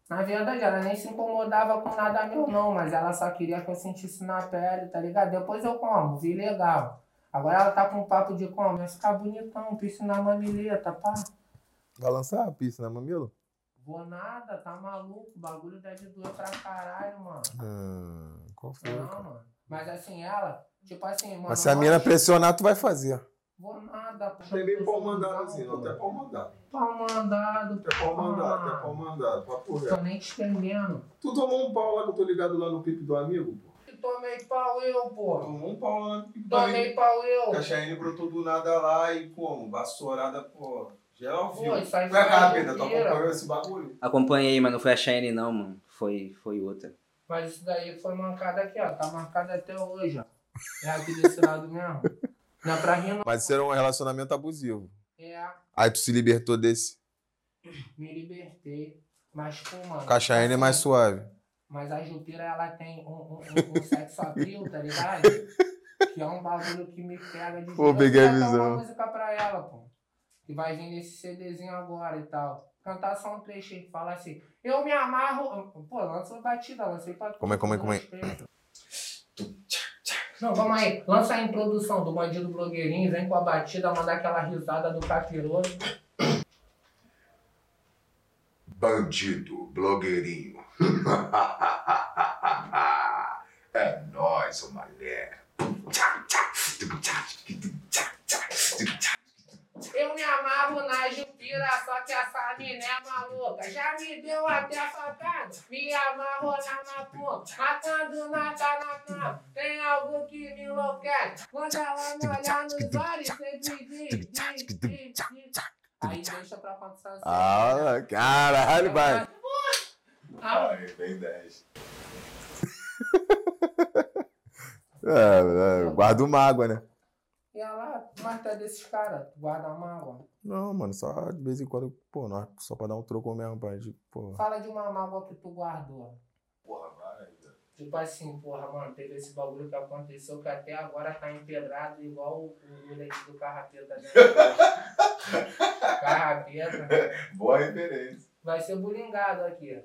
Speaker 4: Na verdade, ela nem se incomodava com nada meu, não, mas ela só queria que eu sentisse na pele, tá ligado? Depois eu como, vi legal. Agora ela tá com um papo de como? Vai ficar bonitão, piercing na mamileta, pá.
Speaker 1: Vai lançar a pista na mamilo?
Speaker 4: Vou nada, tá maluco. O bagulho deve doer pra caralho, mano.
Speaker 1: Hum, qual foi,
Speaker 4: Não,
Speaker 1: cara?
Speaker 4: mano. Mas assim, ela, tipo assim, mano.
Speaker 1: Mas se a
Speaker 4: não
Speaker 1: mina
Speaker 4: acho-
Speaker 1: pressionar, tu vai fazer.
Speaker 4: Vou nada, pô.
Speaker 9: Tem bem pau mandado,
Speaker 4: Não,
Speaker 9: assim, não. Até pau mandado.
Speaker 4: Pau mandado,
Speaker 9: Até pau
Speaker 4: Ah.
Speaker 9: mandado, até pau mandado. Papo reto.
Speaker 4: Tô nem te entendendo.
Speaker 9: Tu tomou um pau lá que eu tô ligado lá no clipe do amigo, pô?
Speaker 4: tomei pau eu, pô.
Speaker 9: Tomou um pau lá.
Speaker 4: Tomei pau eu.
Speaker 9: A Cachaine brotou do nada lá e como? Vassourada, pô. Geral viu.
Speaker 4: Pô,
Speaker 9: Foi
Speaker 4: isso aí
Speaker 9: a
Speaker 4: foi
Speaker 9: carpeta, tu
Speaker 4: doideira.
Speaker 9: acompanhou esse bagulho?
Speaker 7: Acompanhei, mas não foi a Cheyenne não, mano. Foi, foi outra.
Speaker 4: Mas isso daí foi mancada aqui, ó. Tá marcado até hoje, ó. É aqui desse lado mesmo. Não é pra rir, não.
Speaker 1: Mas isso era um relacionamento abusivo.
Speaker 4: É,
Speaker 1: Aí tu se libertou desse.
Speaker 4: me libertei. Mas, pô, mano.
Speaker 1: Cachaína é mais suave.
Speaker 4: Mas a Jupira, ela tem um, um, um, um sexo appeal, tá ligado? que é um bagulho que me pega de
Speaker 1: Pô, peguei a
Speaker 4: Eu vou cantar
Speaker 1: visão.
Speaker 4: uma música pra ela, pô. Que vai vir nesse CDzinho agora e tal. Cantar só um trechinho que fala assim. Eu me amarro. Pô, lança uma batida, lancei pra.
Speaker 1: Como é, como é, como é?
Speaker 4: Não, vamos aí. Lança a introdução do bandido blogueirinho, vem com a batida, manda aquela risada do capiroto.
Speaker 9: Bandido, blogueirinho. *laughs* é nóis, ô malé.
Speaker 4: Eu me amarro na Jupira, só que essa mina é maluca. Já me deu até facada, me amarro na macumba. Matando nada na cama, tem algo que me enlouquece. Quando ela me olhar nos olhos, sempre diz, diz, diz, diz. Aí deixa pra acontecer assim.
Speaker 1: Ah, caralho, vai.
Speaker 4: Ah,
Speaker 9: Vem 10.
Speaker 1: É, é, guarda uma água, né?
Speaker 4: E ela, mas tu é desses caras, tu guarda mágoa.
Speaker 1: Não, mano, só de vez em quando, pô, nós, só pra dar um troco mesmo, pra gente, pô.
Speaker 4: Fala de uma mágoa que tu guardou.
Speaker 9: Porra, vai.
Speaker 4: Tipo assim, porra, mano, teve esse bagulho que aconteceu que até agora tá empedrado igual o, o leite do carrapeta. Né?
Speaker 9: *laughs*
Speaker 4: carrapeta.
Speaker 9: Boa referência.
Speaker 4: né? Vai ser bulingado aqui.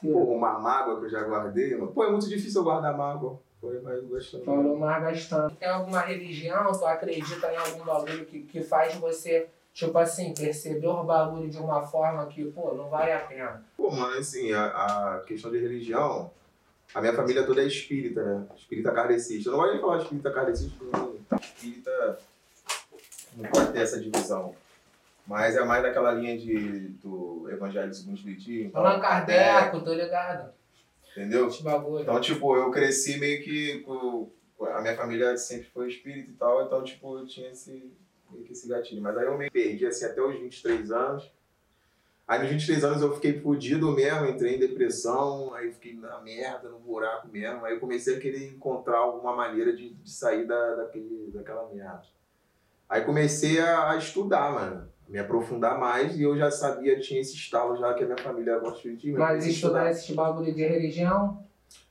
Speaker 9: Pô, uma mágoa que eu já guardei, mano. Pô, é muito difícil eu guardar mágoa. Foi, mas gostando.
Speaker 4: Falou mais gastando. Tem alguma religião, tu acredita em algum bagulho que, que faz você, tipo assim, perceber o bagulho de uma forma que, pô, não vale a pena.
Speaker 9: Pô, mano, assim, a, a questão de religião, a minha família toda é espírita, né? Espírita kardecista. Eu não gosto de falar espírita kardecista, porque espírita não pode ter essa divisão. Mas é mais daquela linha de, do Evangelho segundo o Espiritismo. é,
Speaker 4: Allan Kardec, tô ligado.
Speaker 9: Entendeu?
Speaker 4: Esse bagulho.
Speaker 9: Então, tipo, eu cresci meio que. com- A minha família sempre foi espírita e tal, então, tipo, eu tinha esse, meio que esse gatilho. Mas aí eu me perdi, assim, até os 23 anos. Aí nos 23 anos eu fiquei fudido mesmo, entrei em depressão, aí fiquei na merda, no buraco mesmo. Aí eu comecei a querer encontrar alguma maneira de, de sair da, daquele, daquela merda. Aí comecei a, a estudar, mano, me aprofundar mais e eu já sabia, tinha esse estalo já que a minha família gosta de mim. eu
Speaker 4: Mas
Speaker 9: comecei a
Speaker 4: estudar é esse bagulho de religião,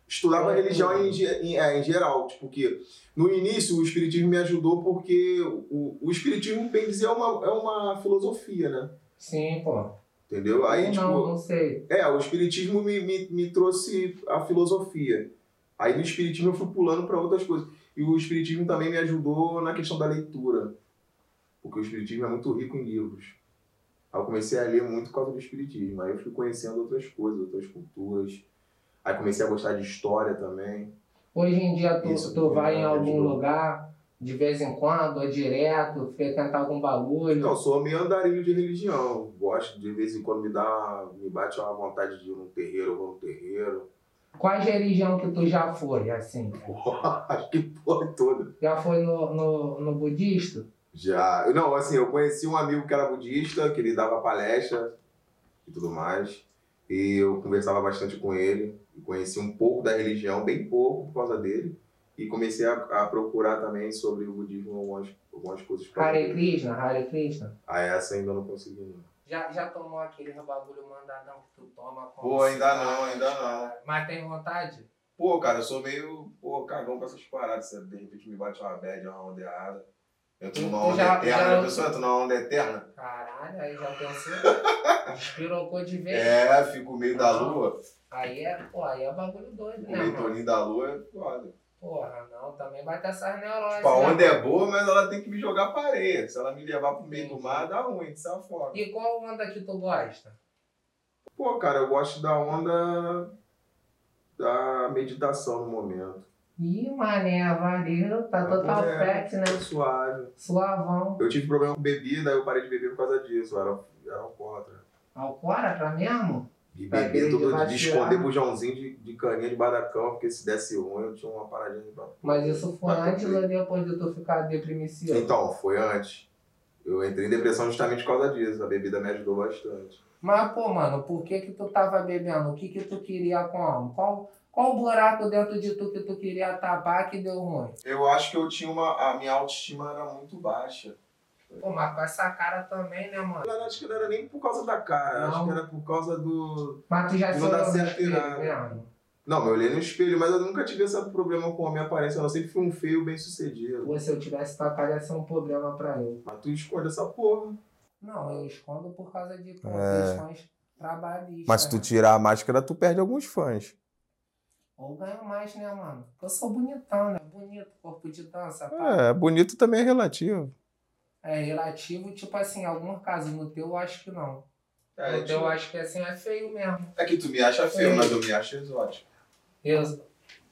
Speaker 9: Estudava
Speaker 4: É.
Speaker 9: religião em, ge- em- é, em geral, tipo que no início o espiritismo me ajudou porque o, o espiritismo, bem dizer, é uma, é uma filosofia, né?
Speaker 4: sim, pô.
Speaker 9: Entendeu? Aí,
Speaker 4: não,
Speaker 9: tipo,
Speaker 4: não sei.
Speaker 9: é, o espiritismo me, me, me trouxe a filosofia. Aí do espiritismo eu fui pulando para outras coisas. E o espiritismo também me ajudou na questão da leitura. Porque o espiritismo é muito rico em livros. Aí eu comecei a ler muito por causa do espiritismo. Aí eu fui conhecendo outras coisas, outras culturas. Aí comecei a gostar de história também.
Speaker 4: Hoje em dia tu,
Speaker 9: Isso,
Speaker 4: tu vai em
Speaker 9: é,
Speaker 4: algum
Speaker 9: de boa.
Speaker 4: lugar de vez em quando, ou direto, frequentar algum
Speaker 9: Então,
Speaker 4: bagulho.
Speaker 9: eu sou meio andarilho de religião. Gosto, de vez em quando me dá, me bate uma vontade de ir num terreiro, eu vou num terreiro. *laughs*
Speaker 4: Quais religião que tu já foi, assim?
Speaker 9: Acho que porra é toda.
Speaker 4: Já foi no, no, no budista?
Speaker 9: Já. Não, assim, eu conheci um amigo que era budista, que ele dava palestra e tudo mais. E eu conversava bastante com ele. E Conheci um pouco da religião, bem pouco, por causa dele. E comecei a, a procurar também sobre o budismo algumas, algumas coisas pra
Speaker 4: Hare
Speaker 9: ler.
Speaker 4: Krishna, Hare Krishna.
Speaker 9: Ah, essa ainda não consegui, não.
Speaker 4: Já, já tomou aquele bagulho mandadão que tu toma? com
Speaker 9: Pô, ainda
Speaker 4: cigarro,
Speaker 9: não, ainda não.
Speaker 4: Mas tem vontade?
Speaker 9: Pô, cara, eu sou meio pô, cagão com essas paradas. sabe? De repente me bate uma bad, uma onda errada. Eu tô numa
Speaker 4: Tu
Speaker 9: onda
Speaker 4: Então já- é
Speaker 9: eterna,
Speaker 4: já-
Speaker 9: já pessoa, eu tô numa onda eterna.
Speaker 4: Caralho, aí já pensou?
Speaker 9: *laughs*
Speaker 4: Despirocou de vez.
Speaker 9: É, fico meio
Speaker 4: Ah.
Speaker 9: da lua,
Speaker 4: Aí é, pô, aí é bagulho doido,
Speaker 9: fico
Speaker 4: né,
Speaker 9: meio
Speaker 4: mano?
Speaker 9: toninho da lua, é foda.
Speaker 4: Porra, não, também vai ter essas neuroses.
Speaker 9: Tipo, a
Speaker 4: né,
Speaker 9: onda é boa, mas ela tem que me jogar pra areia. Se ela me levar pro meio do mar, dá ruim, sai fora.
Speaker 4: E qual onda que tu gosta?
Speaker 9: Pô, cara, eu gosto da onda da meditação no momento.
Speaker 4: Ih, mané, valeu, tá
Speaker 9: É,
Speaker 4: total
Speaker 9: é.
Speaker 4: flex, né?
Speaker 9: Suave.
Speaker 4: Suavão.
Speaker 9: Eu tive um problema com bebida, aí eu parei de beber por causa disso. Eu era, eu era alcoólatra.
Speaker 4: Alcoólatra mesmo?
Speaker 9: De
Speaker 4: Tá
Speaker 9: beber
Speaker 4: querendo
Speaker 9: todo dia, de
Speaker 4: vacilar.
Speaker 9: esconder bujãozinho de, de caninha debaixo da cama, porque se desse ruim eu tinha uma paradinha de ba-
Speaker 4: Mas isso foi
Speaker 9: Mas
Speaker 4: antes
Speaker 9: também-
Speaker 4: ou depois de tu ficar deprimiciano?
Speaker 9: Então, foi antes. Eu entrei em depressão justamente por causa disso. A bebida me ajudou bastante.
Speaker 4: Mas, pô, mano, por que que tu tava bebendo? O que que tu queria como? Qual, qual o buraco dentro de tu que tu queria tapar que deu ruim?
Speaker 9: Eu acho que eu tinha uma. A minha autoestima era muito baixa.
Speaker 4: Pô, mas com essa cara também, né, mano?
Speaker 9: Eu acho que não era nem por causa da cara, acho
Speaker 4: Não.
Speaker 9: que era por causa do.
Speaker 4: Mas tu já
Speaker 9: Não
Speaker 4: se
Speaker 9: dá
Speaker 4: olhou no
Speaker 9: certo né?
Speaker 4: espelho,
Speaker 9: em nada.
Speaker 4: mesmo?
Speaker 9: Não, eu olhei no espelho, mas eu nunca tive esse problema com a minha aparência, não. Eu sempre fui um feio bem sucedido.
Speaker 4: Pô, se eu tivesse tua cara ia ser um problema pra eu.
Speaker 9: Mas tu esconde essa porra.
Speaker 4: Não, eu escondo por causa de condições trabalhistas.
Speaker 1: É. Mas se tu
Speaker 4: né?
Speaker 1: tirar a máscara, tu perde alguns fãs.
Speaker 4: Ou ganho mais, né, mano? Porque eu sou bonitão, né? Bonito, corpo de dança, pá.
Speaker 1: É, bonito também é relativo.
Speaker 4: É relativo, tipo assim, em alguns casos. No teu, eu acho que não.
Speaker 9: É,
Speaker 4: no teu, eu acho que assim, é feio mesmo.
Speaker 9: é que tu me acha feio, mas eu me acho exótico.
Speaker 4: Eu...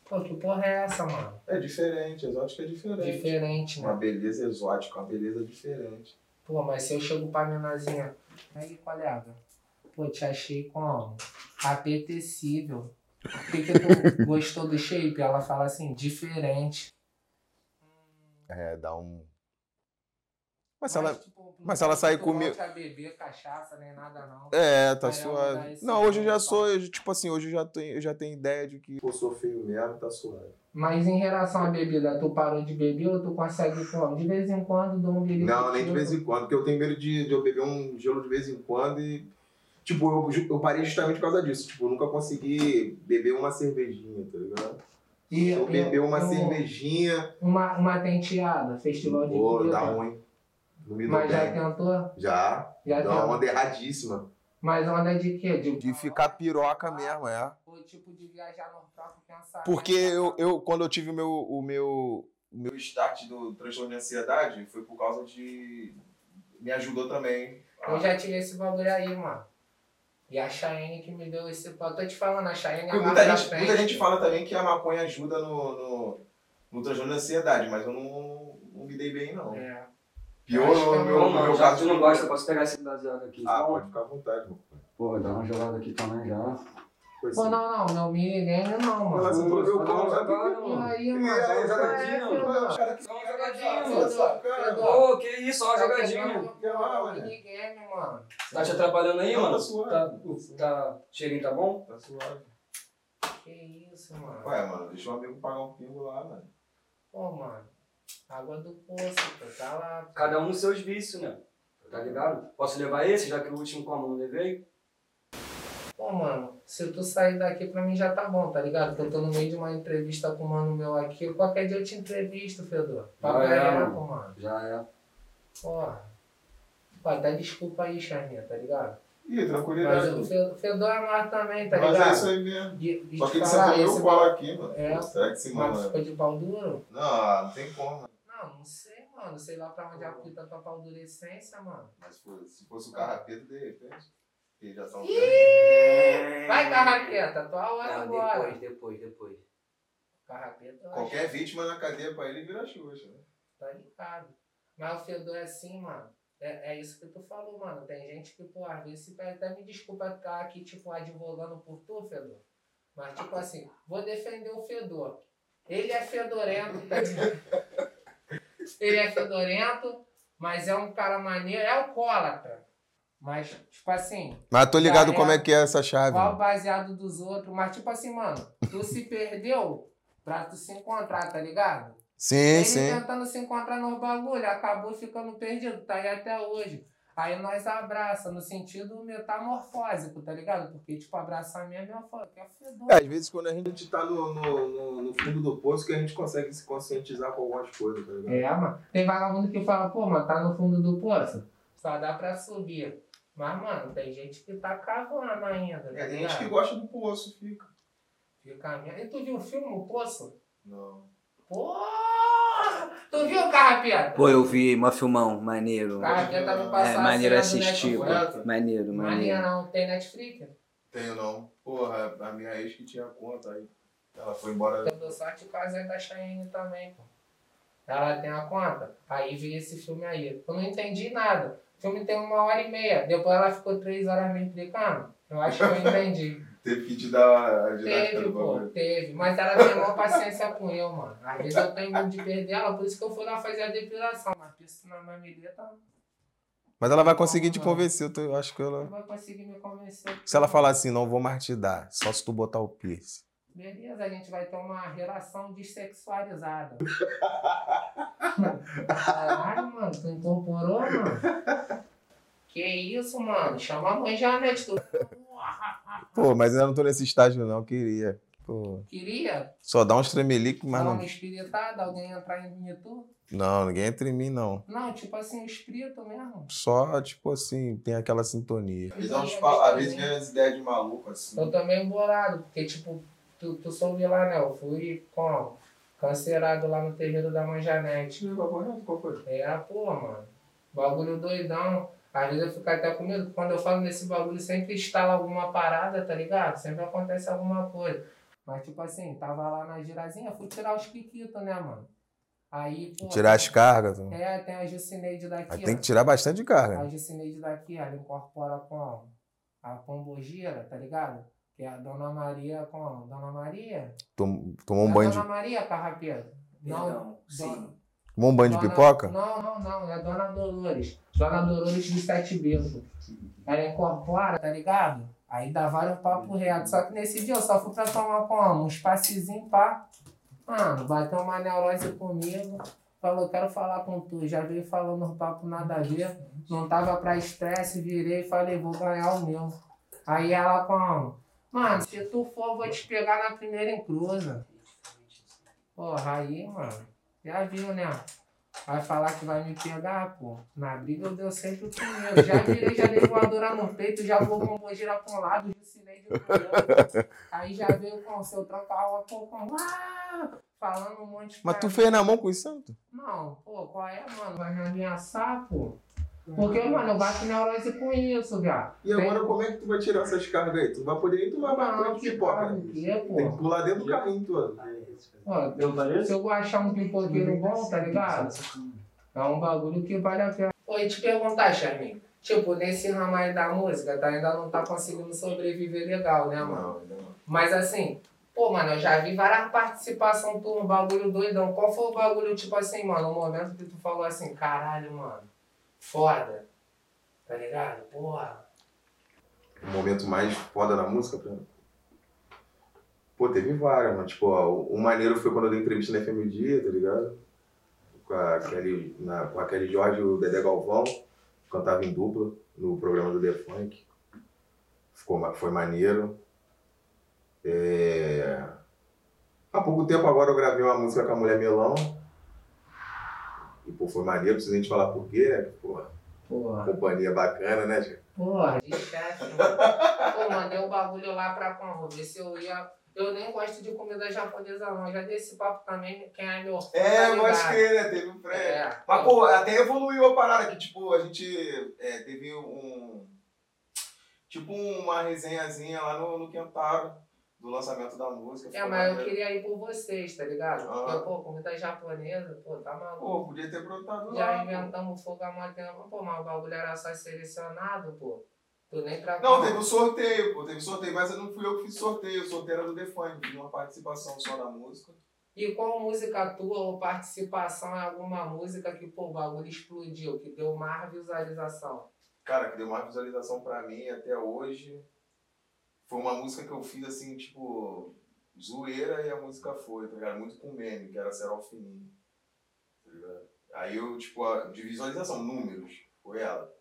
Speaker 4: Pô, que porra é essa, mano?
Speaker 9: É diferente, exótico é diferente.
Speaker 4: Diferente,
Speaker 9: Uma
Speaker 4: né?
Speaker 9: beleza exótica, uma beleza diferente.
Speaker 4: Pô, mas se eu chego pra menazinha, aí, colega, pô, te achei como? Apetecível. Por que, que tu *laughs* gostou do shape? Ela fala assim, diferente.
Speaker 1: É, dá um. Mas se
Speaker 4: Mas,
Speaker 1: ela.
Speaker 4: tipo, não
Speaker 1: mas se ela
Speaker 4: é que
Speaker 1: sair
Speaker 4: tu
Speaker 1: comigo-
Speaker 4: volte a beber cachaça nem nada, não.
Speaker 1: É, tá
Speaker 4: Mas ela dá
Speaker 1: suave.
Speaker 4: esse
Speaker 1: Não, hoje eu já
Speaker 4: papo.
Speaker 1: sou, eu- tipo assim, hoje eu já tenho, eu já tenho ideia de que.
Speaker 9: Pô, sou feio mesmo, tá suave.
Speaker 4: Mas em relação à bebida, tu parou de beber ou tu consegue como? De vez em quando dou um bebida.
Speaker 9: Não, nem de vez em quando, porque eu tenho medo de, de eu beber um gelo de vez em quando e. Tipo, eu, ju- eu parei justamente por causa disso. Tipo, eu nunca consegui beber uma cervejinha, tá ligado?
Speaker 4: E- é, um
Speaker 9: eu
Speaker 4: e-
Speaker 9: beber uma
Speaker 4: eu-
Speaker 9: cervejinha,
Speaker 4: Uma, uma tenteada, festival de
Speaker 9: pô,
Speaker 4: bebida.
Speaker 9: dá ruim. Não me dou
Speaker 4: Mas é já
Speaker 9: bem.
Speaker 4: tentou?
Speaker 9: Já,
Speaker 4: Já
Speaker 9: dá um uma
Speaker 4: tentou.
Speaker 9: onda erradíssima.
Speaker 4: Mas onda de quê? De,
Speaker 1: De ficar piroca mesmo, é.
Speaker 4: Ou tipo de viajar no próprio pensamento.
Speaker 1: Porque eu, eu quando eu tive o meu, o meu.
Speaker 9: Meu start do transtorno de ansiedade foi por causa de. Me ajudou também.
Speaker 4: Eu já tive esse bagulho aí, mano. E a Cheyenne que me deu esse pau. Tô te falando, a Cheyenne é
Speaker 9: Porque
Speaker 4: lá
Speaker 9: muita
Speaker 4: na
Speaker 9: gente,
Speaker 4: frente.
Speaker 9: muita gente fala também que a maconha ajuda no, no, no transtorno de ansiedade, mas eu não, não me dei bem, não.
Speaker 4: É.
Speaker 9: Pior
Speaker 4: Eu acho que
Speaker 9: no
Speaker 4: é
Speaker 8: Não,
Speaker 9: meu, no
Speaker 4: bom,
Speaker 9: meu
Speaker 8: mano, já que
Speaker 9: caso.
Speaker 8: tu não gosta, eu posso pegar esse baseado aqui.
Speaker 9: Ah, pode ficar à vontade, mano.
Speaker 8: Pô, dá uma jogada aqui também já.
Speaker 9: Pois
Speaker 4: Pô,
Speaker 9: é.
Speaker 4: não, não, meu minigame não, mano.
Speaker 9: Nossa, tu viu
Speaker 8: Não,
Speaker 9: como já
Speaker 8: jogaram,
Speaker 9: viu?
Speaker 8: mano.
Speaker 4: Aí, mano,
Speaker 9: E aí,
Speaker 4: essa
Speaker 9: jogadinho,
Speaker 4: é, filho,
Speaker 9: mano? Os caras que
Speaker 8: Só uma
Speaker 9: Fala,
Speaker 8: jogadinha.
Speaker 4: Fedor,
Speaker 9: sua cara.
Speaker 4: Fedor.
Speaker 8: Ô, que isso, só uma
Speaker 4: é
Speaker 8: jogadinha.
Speaker 9: lá, né?
Speaker 4: Minigame, mano.
Speaker 8: Tá te atrapalhando aí,
Speaker 9: Não, tá
Speaker 8: mano?
Speaker 9: suave.
Speaker 8: Tá, tá, cheirinho tá bom?
Speaker 9: Tá suave.
Speaker 4: Que isso, mano.
Speaker 9: Ué, mano, deixa o amigo pagar um pingo lá, mano.
Speaker 4: Pô, mano. Água do poço, pô, tá lá.
Speaker 8: Cada um seus vícios, né? Tá ligado? Posso levar esse, já que o último como eu não levei?
Speaker 4: Pô, mano, se tu sair daqui pra mim já tá bom, tá ligado? Porque eu tô no meio de uma entrevista com um mano meu aqui. Qualquer dia eu te entrevisto, Fedor. Pra
Speaker 8: Ah, é,
Speaker 4: caramba,
Speaker 8: mano.
Speaker 4: mano.
Speaker 8: Já é.
Speaker 4: Porra. Pô, dá desculpa aí, Charminha, tá ligado?
Speaker 9: Ih,
Speaker 4: Mas
Speaker 9: tranquilidade.
Speaker 4: o Fedor- Fedor é mais também, tá
Speaker 9: Mas é
Speaker 4: ligado?
Speaker 9: isso aí mesmo.
Speaker 4: E, e
Speaker 9: Só
Speaker 4: te
Speaker 9: que ele
Speaker 4: falar,
Speaker 9: sentou eu
Speaker 4: esse
Speaker 9: colo aqui, mano.
Speaker 4: É.
Speaker 9: Será que esse
Speaker 4: mano
Speaker 9: assim, mano.
Speaker 4: ficou de pau duro?
Speaker 9: Não, não tem como. mano.
Speaker 4: Não, não sei, mano. Sei lá pra onde apita a tua pau durecência, mano.
Speaker 9: Mas pô, se fosse o carrapeto, de repente. Ele já tá um
Speaker 7: É um-
Speaker 4: Vai, carraqueta, tua hora agora.
Speaker 8: depois, depois.
Speaker 4: Carraqueta, eu acho.
Speaker 9: Qualquer vítima na cadeia pra ele vira Xuxa, né?
Speaker 4: Tá ligado. Mas o fedor é assim, mano. É, é isso que tu falou, mano. Tem gente que, pô, às vezes se perde. Até me desculpa estar aqui, tipo, advogando por tu, fedor. Mas, tipo assim, vou defender o fedor. Ele é fedorento. tá ligado? Ele é fedorento, mas é um cara maneiro. É alcoólatra. Mas, tipo assim,
Speaker 1: Mas tô ligado
Speaker 4: Já
Speaker 1: como é
Speaker 4: é.
Speaker 1: que é essa chave.
Speaker 4: qual o
Speaker 1: mano.
Speaker 4: baseado dos outros. Mas, tipo assim, mano, tu se perdeu pra tu se encontrar, tá ligado?
Speaker 1: Sim,
Speaker 4: Ele
Speaker 1: sim.
Speaker 4: tentando se encontrar nos bagulho, acabou ficando perdido, tá aí até hoje. Aí nós abraça no sentido metamorfósico, tá ligado? Porque, tipo, abraçar mesmo é uma fo- é fedor.
Speaker 1: Às vezes quando a gente.
Speaker 9: A gente tá no, no, no, no fundo do poço que a gente consegue se conscientizar com algumas coisas, tá ligado?
Speaker 4: É, mano. Tem vagabundo que fala, pô, mano, tá no fundo do poço. Só dá pra subir. Mas, mano, tem gente que tá cavando ainda. Tá
Speaker 9: É, tem gente que
Speaker 4: ligado?
Speaker 9: gosta do poço, fica.
Speaker 4: Fica mesmo. E tu viu o filme O Poço?
Speaker 9: Não.
Speaker 4: Porra! Tu viu, Carrapeta?
Speaker 7: Pô, eu vi, mó filmão, maneiro.
Speaker 4: Carrapeta me
Speaker 7: É,
Speaker 4: passou a
Speaker 7: maneiro
Speaker 4: cena do
Speaker 7: assistir, pô.
Speaker 4: Netflix. Maneiro,
Speaker 7: Maneiro, maneiro.
Speaker 4: não. Tem Netflix?
Speaker 9: Tenho não. Porra, a minha ex que tinha conta aí. Ela foi embora.
Speaker 4: Eu dou sorte com as da Cheyenne também, pô. Ela tem a conta. Aí vi esse filme aí. Eu não entendi nada. O filme tem uma hora e meia. Depois ela ficou três horas me explicando. Eu acho que eu
Speaker 7: *laughs*
Speaker 4: entendi.
Speaker 9: Teve que te dar
Speaker 7: tá
Speaker 9: a ginástica
Speaker 4: É. teve,
Speaker 9: do
Speaker 4: pô,
Speaker 9: bagulho.
Speaker 4: teve. Mas ela tem maior paciência com eu, mano. Às vezes eu tenho medo de perder ela, por isso que eu fui lá fazer a depilação. Mas isso na tá, mamileta
Speaker 1: Mas ela vai conseguir te convencer, eu, tô- eu acho que
Speaker 4: não
Speaker 1: ela.
Speaker 4: vai conseguir me convencer.
Speaker 1: Se ela falar assim, não vou mais te dar, só se tu botar o piercing.
Speaker 4: Beleza, a gente vai ter uma relação dessexualizada. Caralho, mano, tu incorporou, mano? Que isso, mano? Chama a mãe Janete, tu
Speaker 1: Pô, mas ainda não tô nesse estágio, não, queria. Pô,
Speaker 4: queria?
Speaker 1: só dá uns tremeliques, mas
Speaker 4: Dar
Speaker 1: não.
Speaker 4: uma espiritada, alguém entrar em mim tu?
Speaker 1: Não, ninguém entra em mim, não.
Speaker 4: Não, tipo assim, um espírito mesmo.
Speaker 1: Só, tipo assim, tem aquela sintonia.
Speaker 9: Às vezes dá uns pa- Às vezes vem umas ideias de maluco assim.
Speaker 4: Eu tô meio bolado, porque, tipo, tu, tu soube lá, né? Eu fui como? Cancerado lá no terreiro da mãe Janete.
Speaker 10: Qual foi?
Speaker 4: É, pô, mano. Bagulho doidão. Às vezes eu fico até com medo. Quando eu falo nesse bagulho, sempre instala alguma parada, tá ligado? Sempre acontece alguma coisa. Mas, tipo assim, tava lá na girazinha, fui tirar os piquitos, né, mano? Aí, pô.
Speaker 1: Tirar as cargas. tu-
Speaker 4: É, tem a Jucineide daqui.
Speaker 1: Aí tem
Speaker 4: É ó.
Speaker 1: que tirar né? bastante carga.
Speaker 4: A Jucineide daqui, ela incorpora com a pombogira, tá ligado? Que é a Dona Maria com. Dona Maria?
Speaker 1: Tom- Tomou um
Speaker 4: É
Speaker 1: banho de,
Speaker 4: Dona Maria, carrapeto. Não,
Speaker 7: Perdão, sim.
Speaker 1: tomou um banho de
Speaker 4: Dona-
Speaker 1: pipoca?
Speaker 4: Não, não, não. É Dona Dolores. Dona Dolores de Sete Becos. Ela incorpora, tá ligado? Aí dá vários papo reto. Só que nesse dia eu só fui pra tomar como? Um passezinho pá. Mano, bateu uma neurose comigo. Falou, quero falar com tu. Já veio falando um papo nada a ver. Não tava pra estresse, virei e falei, vou ganhar o meu. Aí ela como? Mano, se tu for, eu vou te pegar na primeira encruza. Porra, aí, mano. Já viu, né? Vai falar que vai me pegar, pô. Na briga eu deu sempre o
Speaker 1: *laughs*
Speaker 4: primeiro. Já virei, já dei voadora no peito, já vou com bojeira pra um lado, jucinei de outro. Aí já veio com o seu tranca-rua, pô, com... Ah! Falando um monte
Speaker 1: Mas
Speaker 4: pra
Speaker 1: tu
Speaker 4: mim.
Speaker 1: fez na mão com o santo?
Speaker 4: Não, pô, qual é, mano? Vai me ameaçar, pô. Porque, mano, eu bato neurose com isso, viado.
Speaker 9: E agora, como é que tu vai tirar essas cargas aí? Tu vai poder ir, tu vai bater de pipoca.
Speaker 4: o
Speaker 9: né?
Speaker 4: quê,
Speaker 9: Tem que
Speaker 4: pô?
Speaker 9: pular dentro do carrinho, todo.
Speaker 4: Ó, Se eu achar um pipoqueiro bom, tá ligado? É um bagulho que vale a pena. Oi, te perguntar, Charmin. Tipo, nesse ramo aí da música, tá, ainda não tá conseguindo sobreviver legal, né, mano? Mas assim, pô, mano, eu já vi várias participações tu, um bagulho doidão. Qual foi o bagulho, tipo assim, mano, o momento que tu falou assim, caralho, mano, foda, tá ligado? Porra.
Speaker 9: o momento mais foda na música pra mim? Pô, teve várias, mano. Tipo, ó, o o maneiro foi quando eu dei entrevista na FM Dia, tá ligado? Com a Kelly, na, com a Kelly Jorge e o Dedé Galvão. Cantava em dupla no programa do The Funk. Ficou, ma- foi maneiro. É... Há pouco tempo agora eu gravei uma música com a Mulher Melão. E, pô, foi maneiro. Precisa a gente falar por quê, né? Pô,
Speaker 4: Porra.
Speaker 9: companhia bacana, né, gente?
Speaker 4: Porra, de chefe, mano. Pô, mandei um bagulho lá pra como, ver se eu ia. Eu nem gosto de comida japonesa, não. Já dei esse papo também, quem é meu. fã tá
Speaker 9: É,
Speaker 4: ligado.
Speaker 9: pode crer, né? Teve um pré.
Speaker 4: É.
Speaker 9: Mas, pô, até evoluiu a parada, que, tipo, a gente é, teve um. Tipo, uma resenhazinha lá no, no Kentaro, do lançamento da música.
Speaker 4: É,
Speaker 9: Ficou
Speaker 4: mas eu
Speaker 9: maneiro.
Speaker 4: queria ir por vocês, tá ligado?
Speaker 9: Aham.
Speaker 4: Porque, pô, comida japonesa, pô, tá maluco.
Speaker 9: Pô, podia ter brotado
Speaker 4: Já
Speaker 9: lá. pô.
Speaker 4: inventamos fogo há muito tempo, pô, mas o bagulho era só selecionado, pô. Tu nem pra
Speaker 9: Não, teve um sorteio, pô, teve sorteio, mas eu não fui eu que fiz sorteio, o sorteio era do The Fun, de uma participação só da música.
Speaker 4: E qual música tua ou participação em alguma música que, pô, o bagulho explodiu, que deu mais visualização?
Speaker 9: Cara, que deu mais visualização pra mim até hoje. Foi uma música que eu fiz assim, tipo, zoeira e a música foi, tá ligado? Muito com meme, que era Serol Fininho. Tá ligado? Aí eu, tipo, a, de visualização, números, foi ela.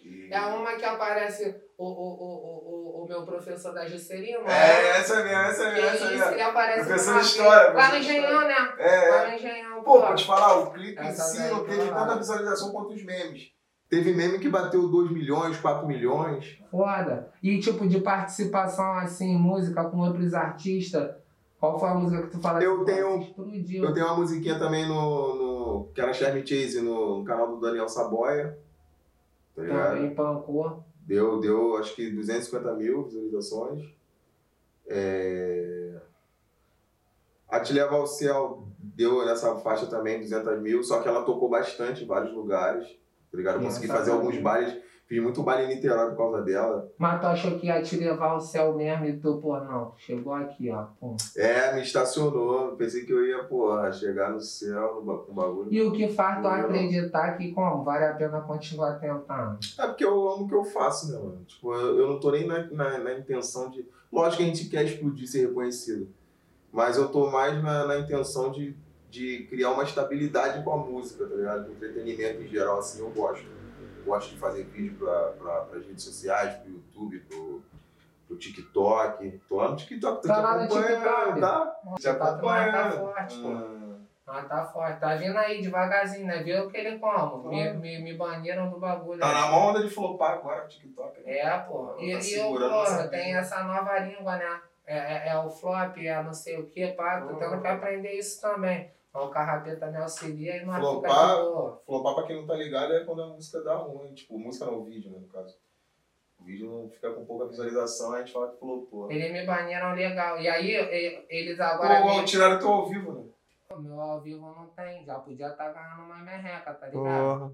Speaker 9: E...
Speaker 4: É uma que aparece o, o, o, o, o, o meu professor da Juscelino, né?
Speaker 9: É, essa mesmo, essa
Speaker 4: Que
Speaker 9: mesmo, essa
Speaker 4: isso,
Speaker 9: mesmo.
Speaker 4: ele aparece
Speaker 9: Professor
Speaker 4: numa
Speaker 9: de história,
Speaker 4: vez. Lá
Speaker 9: professor
Speaker 4: no
Speaker 9: de
Speaker 4: Engenhão, né?
Speaker 9: É,
Speaker 4: Lá no Engenhão,
Speaker 9: Pô, vou te falar, o clipe em
Speaker 4: Essa
Speaker 9: si
Speaker 4: daí
Speaker 9: não
Speaker 4: que
Speaker 9: teve
Speaker 4: eu falava.
Speaker 9: tanta visualização quanto os memes. Teve meme que bateu 2 milhões, 4 milhões.
Speaker 4: Foda. E tipo de participação assim, em música com outros artistas? Qual foi a música que tu fala
Speaker 9: Eu
Speaker 4: assim,
Speaker 9: tenho-
Speaker 4: "Pô, Explodiu.
Speaker 9: Eu tenho uma musiquinha também no. no que era Charme Chase no, no canal do Daniel Saboia. Tá ligado?
Speaker 4: Também pancou.
Speaker 9: Deu, deu acho que 250 mil visualizações. É... A Te Leva ao Céu deu nessa faixa também 200 mil, só que ela tocou bastante em vários lugares. Tá ligado? Eu
Speaker 4: Sim,
Speaker 9: consegui
Speaker 4: essa
Speaker 9: fazer
Speaker 4: é
Speaker 9: alguns
Speaker 4: boa.
Speaker 9: bailes. Fiz muito baile em Niterói por causa dela.
Speaker 4: Mas tu achou que ia te levar ao céu mesmo e tu, pô, não. Chegou aqui, ó. pum.
Speaker 9: É, me estacionou. Pensei que eu ia, porra, chegar no céu no ba- com o bagulho.
Speaker 4: E o que faz tu
Speaker 9: Não.
Speaker 4: acreditar que, como, vale a pena continuar tentando?
Speaker 9: É porque eu amo o que eu faço, né, mano? Tipo, eu, eu não tô nem na, na, na intenção de. Lógico que a gente quer explodir ser reconhecido. Mas eu tô mais na, na intenção de, de criar uma estabilidade com a música, tá ligado? Com entretenimento em geral, assim, eu gosto. Eu gosto de fazer vídeo pra, pra, pras redes sociais, pro YouTube, pro, pro TikTok. Tô lá no TikTok, tô
Speaker 4: Tá
Speaker 9: te
Speaker 4: lá no
Speaker 9: acompanhando,
Speaker 4: TikTok.
Speaker 9: tá? Te
Speaker 4: Mas tá
Speaker 9: acompanhando.
Speaker 4: forte, pô.
Speaker 9: Hum.
Speaker 4: Mas tá forte. Tá vindo aí devagarzinho, né? Viu que ele como? Me, me, me baniram do bagulho.
Speaker 11: Tá
Speaker 4: né?
Speaker 11: na mão onda de flopar agora o TikTok. né?
Speaker 4: É, pô. E,
Speaker 11: Tá
Speaker 4: e eu,
Speaker 11: segurando essa
Speaker 4: pô,
Speaker 11: vida.
Speaker 4: tem essa nova língua, né? É, é, é o flop, é não sei o que, pá. Tô tendo que aprender isso também. Mas o carrapeta me auxilia e não fica
Speaker 9: Flopar.
Speaker 4: de boa.
Speaker 9: Flopar, pra quem não tá ligado, é quando a música dá ruim. Tipo, música não, o vídeo, né, no caso. O vídeo não fica com pouca visualização, a gente fala que flopou.
Speaker 4: Eles me baniram legal. E aí, e- eles É, agora...
Speaker 11: Ou,
Speaker 4: me-
Speaker 11: ou tiraram teu ao vivo, né?
Speaker 4: Meu ao vivo não tem. Já podia estar ganhando uma merreca, tá ligado?
Speaker 1: Porra.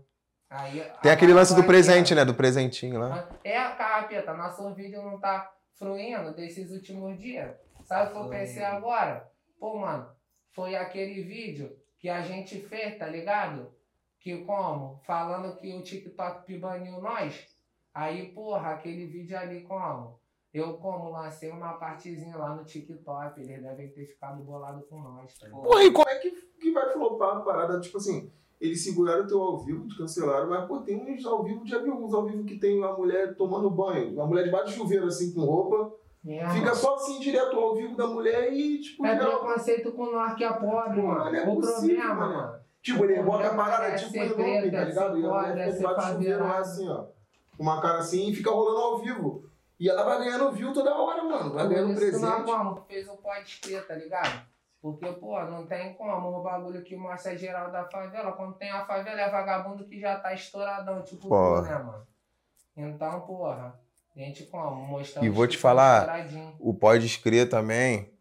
Speaker 4: Aí,
Speaker 1: Tem aquele
Speaker 4: agora
Speaker 1: lance do
Speaker 4: aqui, ó.
Speaker 1: presente, né? Do presentinho lá.
Speaker 4: É, capeta, nosso vídeo não tá fluindo desses últimos dias. Sabe o que eu pensei agora? Pô, mano, foi aquele vídeo que a gente fez, tá ligado? Que como? Falando que o TikTok pibaniu nós. Aí, porra, aquele vídeo ali como? Eu como lancei uma partezinha lá no TikTok, eles devem ter ficado bolado com nós, tá ligado?
Speaker 1: Porra, e co-
Speaker 9: Como é que, que vai flopar a parada? Tipo assim, eles seguraram o teu ao vivo, te cancelaram, mas pô, tem uns ao vivo, já viu uns ao vivo que tem uma mulher tomando banho, uma mulher debaixo do chuveiro, assim, com roupa.
Speaker 4: Minha
Speaker 9: Fica só assim, direto ao vivo da mulher e, tipo,
Speaker 4: É
Speaker 9: geral-
Speaker 4: preconceito com nós que é pobre,
Speaker 9: Mano,
Speaker 4: mano.
Speaker 9: é
Speaker 4: o
Speaker 9: possível,
Speaker 4: problema,
Speaker 9: mano.
Speaker 4: mano.
Speaker 9: Tipo, ele bota a
Speaker 4: Problema
Speaker 9: parada
Speaker 4: é
Speaker 9: tipo
Speaker 4: ser
Speaker 9: em looping,
Speaker 4: preta,
Speaker 9: tá ligado? E
Speaker 4: ser
Speaker 9: a
Speaker 4: gorda,
Speaker 9: mulher
Speaker 4: ser
Speaker 9: fica debaixo do chuveiro lá
Speaker 4: favelada.
Speaker 9: assim, ó. Com uma cara assim e fica rolando ao vivo. E ela vai ganhando view toda hora, mano. Vai ganhando
Speaker 4: Por isso que nós,
Speaker 9: presente.
Speaker 4: mano, fez o pode ter, tá ligado? Porque, pô, não tem como o bagulho que mostra geral da favela. Quando tem a favela, é vagabundo que já tá estouradão, tipo
Speaker 1: Porra.
Speaker 4: tu, né, mano? Então, porra, a gente como? Mostrando
Speaker 1: E vou
Speaker 4: que
Speaker 1: te
Speaker 4: tá
Speaker 1: falar,
Speaker 4: estouradinho.
Speaker 1: o pode escrever também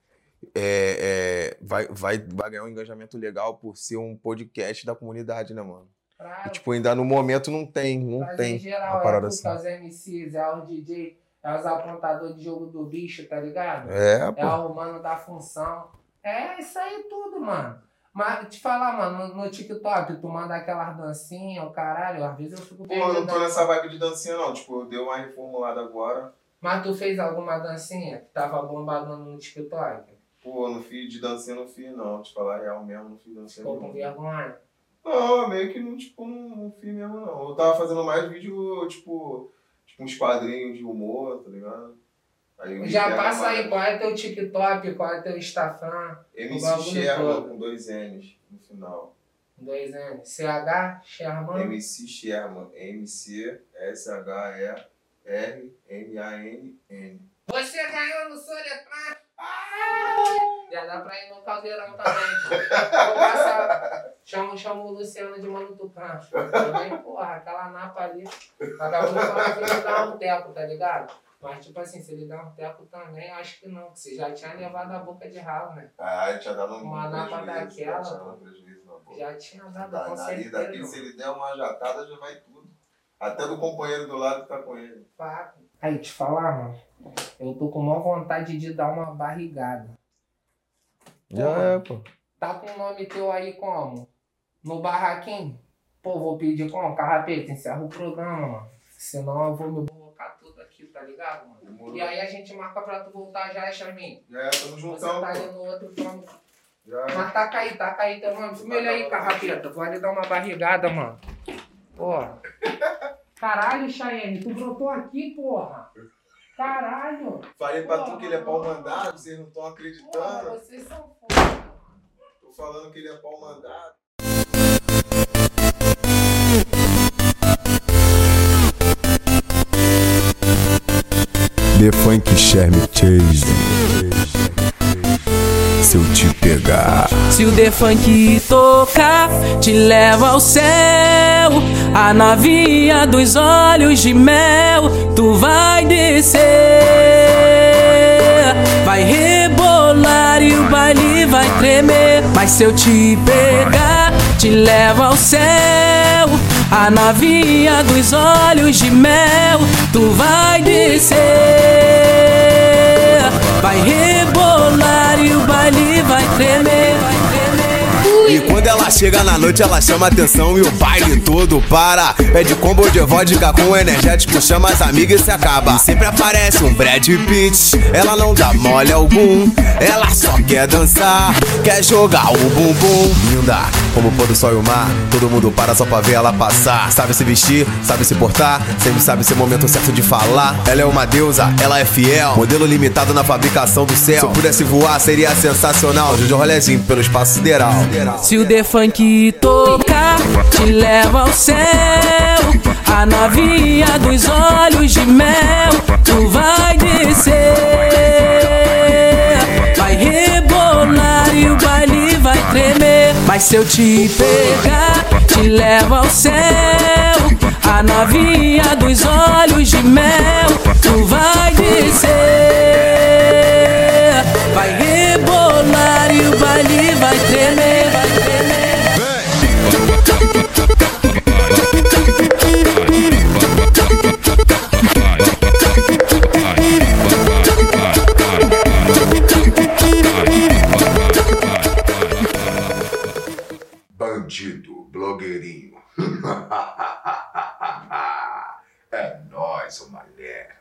Speaker 1: é, é, vai, vai, vai ganhar um engajamento legal por ser um podcast da comunidade, né, mano? E,
Speaker 4: Claro,
Speaker 1: tipo, ainda no momento não tem, não
Speaker 4: Mas em
Speaker 1: tem.
Speaker 4: geral,
Speaker 1: uma
Speaker 4: é
Speaker 1: parada
Speaker 4: tudo,
Speaker 1: assim.
Speaker 4: é os MCs, é os DJ, é os apontadores de jogo do bicho, tá ligado?
Speaker 1: É,
Speaker 4: É
Speaker 1: pô.
Speaker 4: o humano da função. É isso aí tudo, mano. Mas te falar, mano, no, no TikTok, tu manda aquelas dancinhas, o caralho, às vezes eu fico
Speaker 9: Pô, eu não tô
Speaker 4: perdido.
Speaker 9: nessa vibe de dancinha, não. Tipo, eu dei uma reformulada agora.
Speaker 4: Mas tu fez alguma dancinha que tava bombadona no TikTok?
Speaker 9: Pô, eu não fiz de dancinha, não fiz, não. Te falar a real mesmo, não fiz dancinha.
Speaker 4: Ficou com
Speaker 9: Não,
Speaker 4: vergonha?
Speaker 9: não meio que não, tipo, não, não fiz mesmo, não. Eu tava fazendo mais vídeo, tipo, tipo uns quadrinhos de humor, tá ligado? Aí eu
Speaker 4: Já
Speaker 9: pego
Speaker 4: passa
Speaker 9: mais-
Speaker 4: aí, qual é teu TikTok, qual é teu Instagram? O
Speaker 9: MC
Speaker 4: bagulho
Speaker 9: Sherman
Speaker 4: todo.
Speaker 9: com dois N's no final.
Speaker 4: Dois anos. CH, Sherman.
Speaker 9: MC Sherman, M-C-S-H-E-R-M-A-N-N.
Speaker 4: Você ganhou no Soletran. Já dá pra ir no caldeirão também. pô. Vou passar. Chama, chama o Luciano de Mano Tucano. Também, porra, aquela napa ali. Vagabundo fala que ele dá um teco, tá ligado? Mas, tipo assim, se ele dá um teco também, acho que não. Que você já tinha levado a boca de ralo, né?
Speaker 9: Ah, tinha dado um
Speaker 4: Uma napa daquela,
Speaker 9: prejuízo. tinha dado um prejuízo na boca.
Speaker 4: Já tá tinha dado,
Speaker 9: Da-
Speaker 4: com
Speaker 9: daí, daqui, se
Speaker 4: certeza.
Speaker 9: ele der uma jatada, já vai tudo. Até do companheiro do lado que tá com ele.
Speaker 4: Fato. Aí, te falar, mano. Eu tô com maior vontade de dar uma barrigada.
Speaker 1: Já é, pô.
Speaker 4: Tá com o nome teu aí como? No barraquinho? Pô, vou pedir como? Carrapeta, encerra o programa, mano. Senão eu vou me colocar tudo aqui, tá ligado, mano?
Speaker 9: Demorou.
Speaker 4: E aí a gente marca pra tu voltar já, é, Charmin?
Speaker 9: Já é, tamo
Speaker 4: Você
Speaker 9: juntão,
Speaker 4: tá
Speaker 9: pô.
Speaker 4: ali no outro plano.
Speaker 9: Já
Speaker 4: Mas
Speaker 9: é.
Speaker 4: tá taca aí, taca aí teu nome. Vermelho aí, carrapeta. Vou ali dar uma barrigada, mano. Porra. Caralho, Chayenne, tu brotou aqui, porra. Caralho.
Speaker 9: Falei pra tu que ele é pau mandado, vocês não estão
Speaker 4: Porra,
Speaker 9: acreditando.
Speaker 4: vocês são foda.
Speaker 9: Tô falando que ele é pau mandado.
Speaker 5: The Funk Charme Chase. Se eu te pegar,
Speaker 7: Se o defunk tocar, te leva ao céu. A novinha dos olhos de mel, tu vai descer. Vai rebolar e o baile vai tremer. Mas se eu te pegar, te leva ao céu.
Speaker 12: A novinha dos olhos de mel, tu vai descer. Vai rebolar e o baile vai tremer. Vai tremer.
Speaker 5: E quando ela chega na noite, ela chama atenção e o baile todo para. É de combo de vodka com energético, chama as amigas e se acaba. E sempre aparece um Brad Pitt, ela não dá mole algum. Ela só quer dançar, quer jogar o bumbum. Linda, como o pôr do sol e o mar, todo mundo para só pra ver ela passar. Sabe se vestir, sabe se portar, sempre sabe ser o momento certo de falar. Ela é uma deusa, ela é fiel, modelo limitado na fabricação do céu. Se eu pudesse voar, seria sensacional. Jojo rolezinho pelo espaço sideral.
Speaker 12: Se o defunk tocar, te leva ao céu. A novinha dos olhos de mel, tu vai descer. Vai rebolar e o baile vai tremer. Mas se eu te pegar, te levo ao céu. A novinha dos olhos de mel, tu vai descer. Vai rebolar e o baile vai tremer. Vai
Speaker 1: Bandido, blogueirinho. é nóis, o mané.